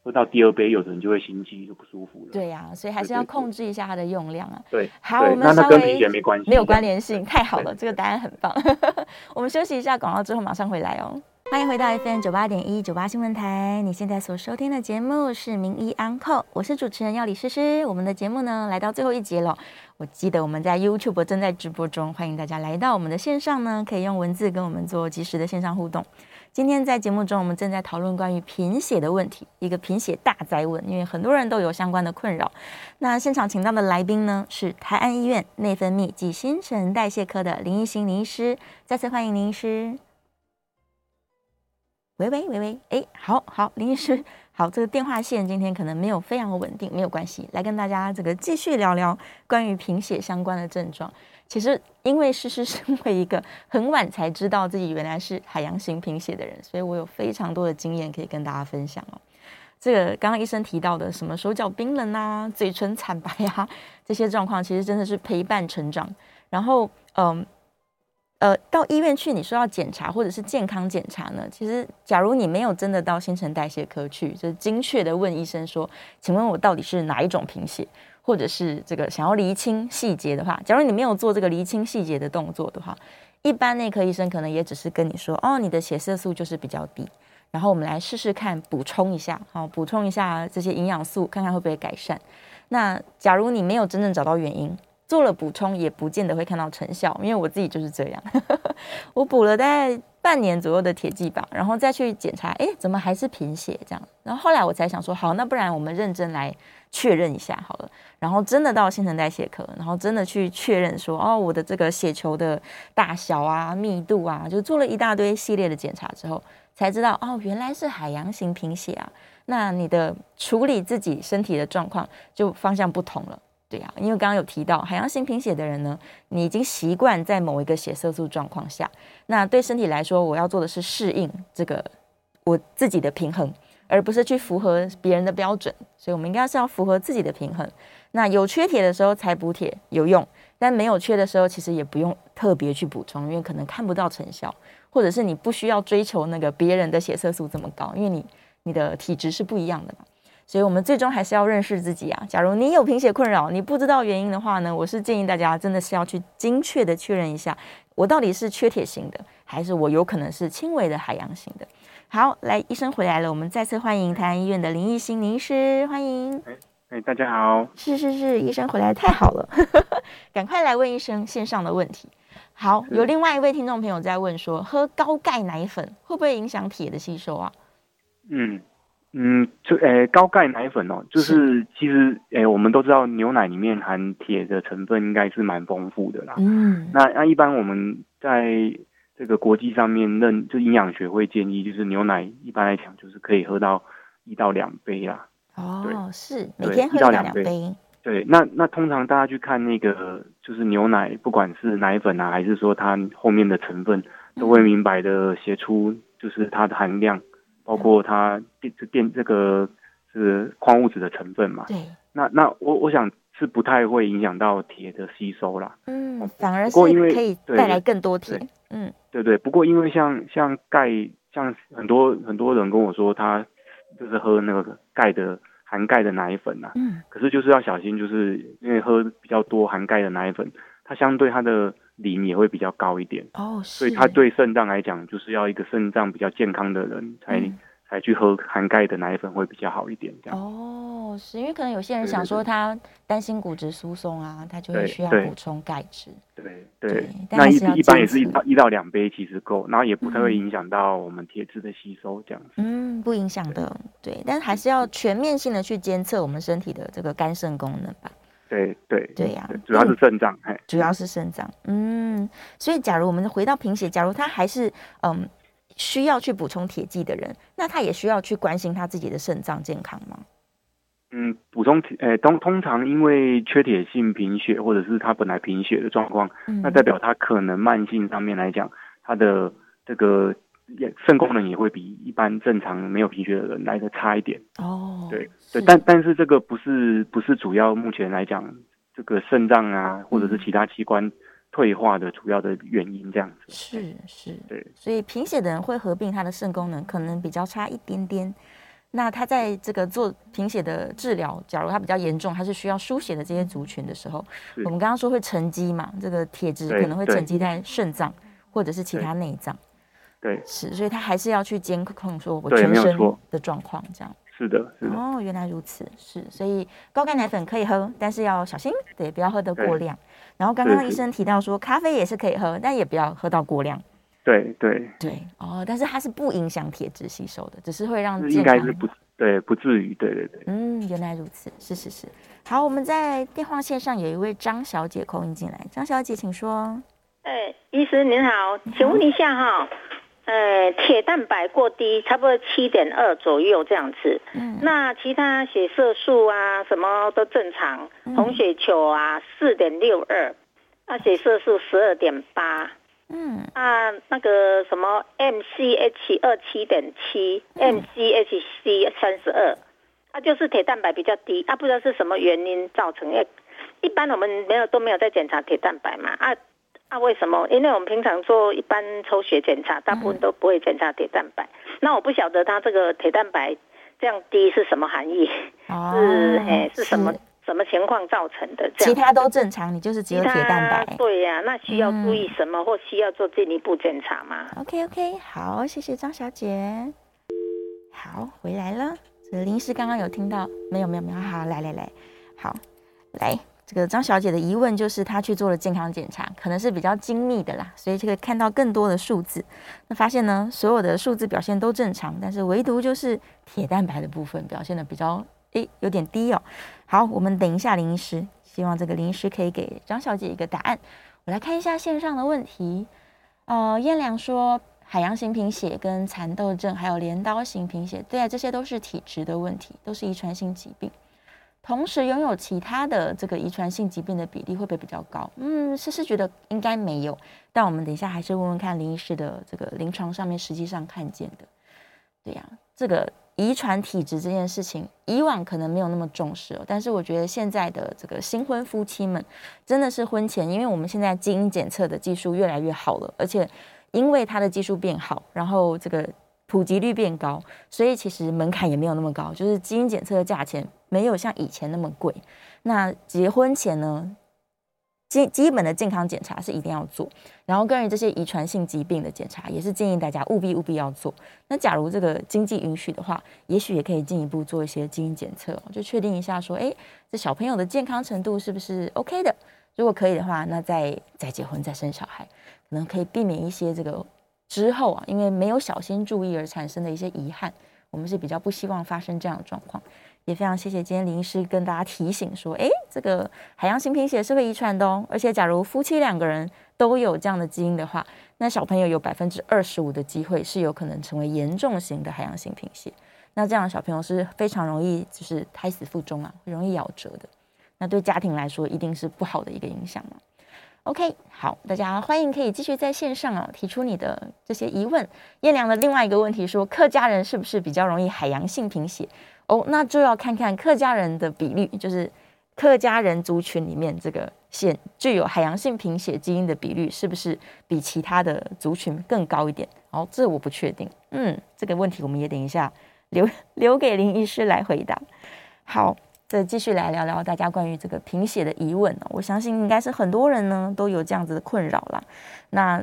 Speaker 2: 喝到第二杯，有的人就会心悸就不舒服了。
Speaker 1: 对呀、所以还
Speaker 2: 对
Speaker 1: 是要
Speaker 2: 对对
Speaker 1: 控制一下它的用量啊。
Speaker 2: 对，
Speaker 1: 好，
Speaker 2: 对
Speaker 1: 我
Speaker 2: 那
Speaker 1: 们
Speaker 2: 那
Speaker 1: 稍
Speaker 2: 跟贫血
Speaker 1: 微
Speaker 2: 没关系，
Speaker 1: 没有
Speaker 2: 这样
Speaker 1: 关联性，太好了，这个答案很棒。 [LAUGHS] 我们休息一下，广告之后马上回来哦。欢迎回到 FM 九八点一九八新闻台，你现在所收听的节目是《名医 Uncle》，我是主持人要李诗诗。我们的节目呢来到最后一节了，我记得我们在 YouTube 正在直播中，欢迎大家来到我们的线上呢，可以用文字跟我们做及时的线上互动。今天在节目中，我们正在讨论关于贫血的问题，一个贫血大灾问，因为很多人都有相关的困扰。那现场请到的来宾呢，是台安医院内分泌及新陈代谢科的林一心林医师，再次欢迎林医师。喂喂喂喂，哎，好好，林医师， [LAUGHS] 好，这个电话线今天可能没有非常稳定，没有关系，来跟大家这个继续聊聊关于贫血相关的症状。其实，因为诗诗身为一个很晚才知道自己原来是海洋型贫血的人，所以我有非常多的经验可以跟大家分享哦。这个刚刚医生提到的什么手脚冰冷啊、嘴唇惨白啊这些状况，其实真的是陪伴成长。然后，嗯，呃，到医院去，你说要检查或者是健康检查呢，其实假如你没有真的到新陈代谢科去，就是精确的问医生说，请问我到底是哪一种贫血，或者是这个想要厘清细节的话，假如你没有做这个厘清细节的动作的话，一般内科医生可能也只是跟你说，哦，你的血色素就是比较低。然后我们来试试看补充一下，好，补充一下这些营养素，看看会不会改善。那假如你没有真正找到原因，做了补充也不见得会看到成效，因为我自己就是这样， [LAUGHS] 我补了大概半年左右的铁剂吧，然后再去检查，哎，怎么还是贫血这样？然后后来我才想说，好，那不然我们认真来确认一下好了。然后真的到新陈代谢科，然后真的去确认说，哦，我的这个血球的大小啊、密度啊，就做了一大堆系列的检查之后，才知道哦，原来是海洋型贫血啊。那你的处理自己身体的状况就方向不同了，对啊，因为刚刚有提到海洋型贫血的人呢，你已经习惯在某一个血色素状况下，那对身体来说，我要做的是适应这个我自己的平衡，而不是去符合别人的标准，所以我们应该是要符合自己的平衡。那有缺铁的时候才补铁有用，但没有缺的时候，其实也不用特别去补充，因为可能看不到成效。或者是你不需要追求那个别人的血色素这么高，因为你你的体质是不一样的嘛。所以我们最终还是要认识自己啊。假如你有贫血困扰，你不知道原因的话呢，我是建议大家真的是要去精确的确认一下，我到底是缺铁型的，还是我有可能是轻微的海洋型的。好，来，医生回来了，我们再次欢迎台安医院的林义兴林医师，欢迎。
Speaker 2: 哎，大家好，
Speaker 1: 是是是，医生回来太好了， [LAUGHS] 赶快来问医生线上的问题。好，
Speaker 2: 嗯
Speaker 1: 有另外一位听众朋友在问说，喝高钙奶粉会不会影响铁的吸收啊？
Speaker 2: 嗯嗯，就诶高钙奶粉哦，就是其实诶我们都知道牛奶里面含铁的成分应该是蛮丰富的啦。
Speaker 1: 嗯，
Speaker 2: 那那一般我们在这个国际上面认，就营养学会建议，就是牛奶一般来讲就是可以喝到一到两杯啦。
Speaker 1: 哦，
Speaker 2: 对
Speaker 1: 是每
Speaker 2: 对
Speaker 1: 天喝
Speaker 2: 一到
Speaker 1: 两
Speaker 2: 两杯
Speaker 1: 杯，
Speaker 2: 对，那那通常大家去看那个就是牛奶，不管是奶粉啊，还是说它后面的成分，都会明白的写出就是它的含量，包括它电这电这个是矿物质的成分嘛。
Speaker 1: 对，
Speaker 2: 那那我我想是不太会影响到铁的吸收啦。
Speaker 1: 嗯，反而是
Speaker 2: 不过因为
Speaker 1: 可以
Speaker 2: 对
Speaker 1: 带来更多铁
Speaker 2: 对，
Speaker 1: 嗯，
Speaker 2: 对对，不过因为像像钙，像很多很多人跟我说，他就是喝那个钙的含钙的奶粉啊，
Speaker 1: 嗯，
Speaker 2: 可是就是要小心，就是因为喝比较多含钙的奶粉，它相对它的磷也会比较高一点，
Speaker 1: 哦，是，
Speaker 2: 所以它对肾脏来讲，就是要一个肾脏比较健康的人才、
Speaker 1: 嗯
Speaker 2: 才才去喝含钙的奶粉会比较好一点。这样
Speaker 1: 哦，是因为可能有些人想说
Speaker 2: 对对
Speaker 1: 他担心骨质疏松啊，他就会
Speaker 2: 对
Speaker 1: 需要
Speaker 2: 对
Speaker 1: 补充钙质。
Speaker 2: 对
Speaker 1: 对
Speaker 2: 对，
Speaker 1: 但
Speaker 2: 那
Speaker 1: 还
Speaker 2: 一
Speaker 1: 是要
Speaker 2: 一般也
Speaker 1: 坚
Speaker 2: 是一
Speaker 1: 持
Speaker 2: 到一到两杯其实够，然后也不太
Speaker 1: 嗯
Speaker 2: 会影响到我们铁质的吸收这样子。
Speaker 1: 嗯，不影响的，对，但
Speaker 2: 嗯
Speaker 1: 还是要全面性的去监测我们身体的这个肝肾功能吧。
Speaker 2: 对对
Speaker 1: 对呀
Speaker 2: 主要是
Speaker 1: 嗯
Speaker 2: 肾脏，嘿，
Speaker 1: 主要是肾脏，嗯，所以假如我们回到贫血，假如他还是嗯需要去补充铁剂的人，那他也需要去关心他自己的肾脏健康吗？
Speaker 2: 嗯，补充铁，呃，通通常因为缺铁性贫血，或者是他本来贫血的状况，
Speaker 1: 嗯，
Speaker 2: 那代表他可能慢性上面来讲，他的这个也肾功能也会比一般正常没有贫血的人来的差一点。
Speaker 1: 哦，
Speaker 2: 对
Speaker 1: 是
Speaker 2: 对，但但是这个不是不是主要目前来讲，这个肾脏
Speaker 1: 嗯
Speaker 2: 啊，或者是其他器官退化的主要的原因这样子。
Speaker 1: 是是，
Speaker 2: 对，
Speaker 1: 所以贫血的人会合并他的肾功能可能比较差一点点。那他在这个做贫血的治疗，假如他比较严重，他是需要输血的这些族群的时候，
Speaker 2: 是
Speaker 1: 我们刚刚说会沉积嘛，这个铁质
Speaker 2: 对
Speaker 1: 可能会
Speaker 2: 对
Speaker 1: 沉积在肾脏或者是其他内脏，
Speaker 2: 对，
Speaker 1: 是，所以他还是要去监控说我
Speaker 2: 对
Speaker 1: 全
Speaker 2: 没有
Speaker 1: 身
Speaker 2: 错
Speaker 1: 的状况这样。
Speaker 2: 是的，是的，
Speaker 1: 哦，原来如此，是，所以高钙奶粉可以喝，但是要小心，对，不要喝得过
Speaker 2: 对
Speaker 1: 量。然后刚
Speaker 2: 是
Speaker 1: 刚医
Speaker 2: 是
Speaker 1: 生提到说，咖啡也是可以喝，但也不要喝到过量。
Speaker 2: 对对，
Speaker 1: 对哦，但是它是不影响铁质吸收的，只是会让
Speaker 2: 是
Speaker 1: 健
Speaker 2: 应
Speaker 1: 康
Speaker 2: 该。是不对不至于，对对对，
Speaker 1: 嗯，原来如此，是是是。好，我们在电话线上有一位张小姐空音进来，张小姐请说。
Speaker 3: 哎，医师您好，请问一下哈，呃，铁蛋白过低，差不多七点二左右这样子。
Speaker 1: 嗯，
Speaker 3: 那其他血色素啊，什么都正常，红血球啊四点六二，那血色素十二点八，
Speaker 1: 嗯
Speaker 3: 啊，那个什么 MCH 二七点七，MCHC 三十二，啊，就是铁蛋白比较低，啊，不知道是什么原因造成。因为一般我们没有都没有在检查铁蛋白嘛，啊啊，为什么？因为我们平常做一般抽血检查，大部分都不会检查铁蛋白。那我不晓得它这个铁蛋白这样低是什么含义，
Speaker 1: 哦
Speaker 3: 是哎、是什么什么情况造成的？这
Speaker 1: 其
Speaker 3: 样。
Speaker 1: 他都正常，你就是只有铁蛋白
Speaker 3: 其他。对呀、那需要
Speaker 1: 嗯
Speaker 3: 注意什么，或需要做进一步检查吗？
Speaker 1: OK OK，好，谢谢张小姐。好，回来了。这临时刚刚有听到，没有没有没有，好，来来来，好，来。这个张小姐的疑问就是，她去做了健康检查，可能是比较精密的啦，所以就可以看到更多的数字。那发现呢，所有的数字表现都正常，但是唯独就是铁蛋白的部分表现的比较诶有点低哦。好，我们等一下林医师，希望这个林医师可以给张小姐一个答案。我来看一下线上的问题，呃，燕良说海洋型贫血跟蚕豆症，还有镰刀型贫血，对啊，这些都是体质的问题，都是遗传性疾病。同时拥有其他的这个遗传性疾病的比例会不会比较高？嗯，诗诗觉得应该没有，但我们等一下还是问问看林医师的这个临床上面实际上看见的。对呀、这个遗传体质这件事情，以往可能没有那么重视哦，但是我觉得现在的这个新婚夫妻们真的是婚前，因为我们现在基因检测的技术越来越好了，而且因为它的技术变好，然后这个普及率变高，所以其实门槛也没有那么高，就是基因检测的价钱没有像以前那么贵。那结婚前呢，基基本的健康检查是一定要做，然后关于这些遗传性疾病的检查，也是建议大家务必务必要做。那假如这个经济允许的话，也许也可以进一步做一些基因检测哦，就确定一下说，诶，这小朋友的健康程度是不是 OK 的？如果可以的话，那再再结婚再生小孩，可能可以避免一些这个之后啊，因为没有小心注意而产生的一些遗憾，我们是比较不希望发生这样的状况。也非常谢谢今天林医师跟大家提醒说，诶，这个海洋型贫血是会遗传的哦，而且假如夫妻两个人都有这样的基因的话，那小朋友有百分之二十五的机会是有可能成为严重型的海洋性贫血。那这样的小朋友是非常容易就是胎死腹中啊，会容易夭折的。那对家庭来说一定是不好的一个影响嘛。OK，好，大家欢迎可以继续在线上哦提出你的这些疑问。燕良的另外一个问题说，客家人是不是比较容易海洋性贫血？哦，那就要看看客家人的比率，就是客家人族群里面这个显具有海洋性贫血基因的比率是不是比其他的族群更高一点？哦，这我不确定。嗯，这个问题我们也等一下留留给林医师来回答。好，再继续来聊聊大家关于这个贫血的疑问哦。我相信应该是很多人呢都有这样子的困扰啦。那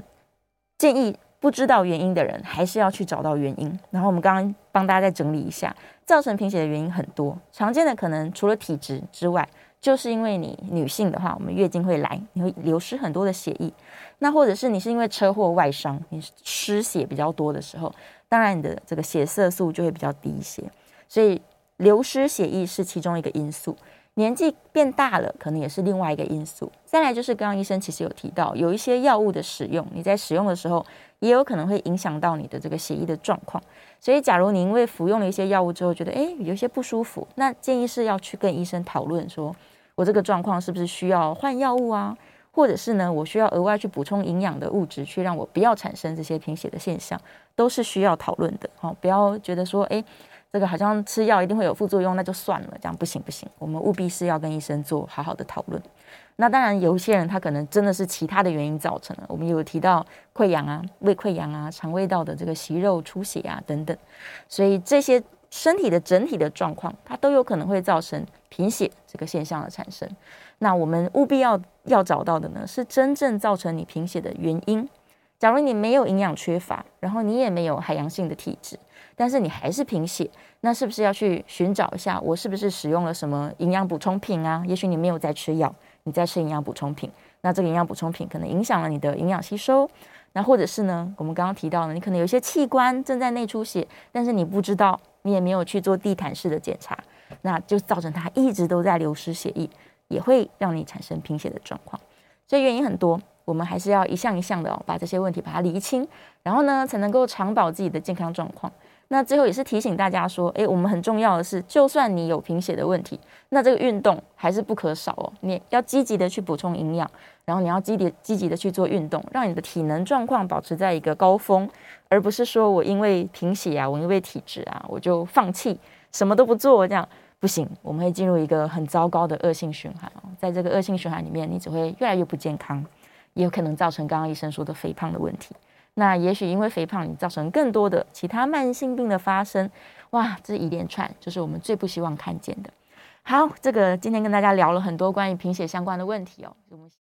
Speaker 1: 建议不知道原因的人，还是要去找到原因。然后我们刚刚帮大家再整理一下，造成贫血的原因很多，常见的可能除了体质之外，就是因为你女性的话，我们月经会来，你会流失很多的血液。那或者是你是因为车祸外伤，你失血比较多的时候，当然你的这个血色素就会比较低一些，所以流失血液是其中一个因素。年纪变大了，可能也是另外一个因素。再来就是刚刚医生其实有提到，有一些药物的使用，你在使用的时候也有可能会影响到你的这个血液的状况。所以，假如你因为服用了一些药物之后，觉得诶有一些不舒服，那建议是要去跟医生讨论说，说我这个状况是不是需要换药物啊，或者是呢我需要额外去补充营养的物质，去让我不要产生这些贫血的现象，都是需要讨论的。好、哦，不要觉得说诶。这个好像吃药一定会有副作用，那就算了，这样不行不行。我们务必是要跟医生做好好的讨论。那当然，有一些人他可能真的是其他的原因造成的，我们有提到溃疡啊、胃溃疡啊、肠胃道的这个息肉出血啊等等，所以这些身体的整体的状况，它都有可能会造成贫血这个现象的产生。那我们务必要要找到的呢，是真正造成你贫血的原因。假如你没有营养缺乏，然后你也没有海洋性的体质。但是你还是贫血，那是不是要去寻找一下，我是不是使用了什么营养补充品啊？也许你没有在吃药，你在吃营养补充品，那这个营养补充品可能影响了你的营养吸收。那或者是呢，我们刚刚提到了，你可能有一些器官正在内出血，但是你不知道，你也没有去做地毯式的检查，那就造成它一直都在流失血液，也会让你产生贫血的状况。所以原因很多。我们还是要一项一项的哦，把这些问题把它厘清，然后呢，才能够长保自己的健康状况。那最后也是提醒大家说，诶，我们很重要的是，就算你有贫血的问题，那这个运动还是不可少哦。你要积极的去补充营养，然后你要积极积极的去做运动，让你的体能状况保持在一个高峰，而不是说我因为贫血啊，我因为体质啊，我就放弃什么都不做这样。不行，我们会进入一个很糟糕的恶性循环哦。在这个恶性循环里面，你只会越来越不健康。也有可能造成刚刚医生说的肥胖的问题。那也许因为肥胖，你造成更多的其他慢性病的发生。哇，这一连串就是我们最不希望看见的。好，这个今天跟大家聊了很多关于贫血相关的问题哦。我们。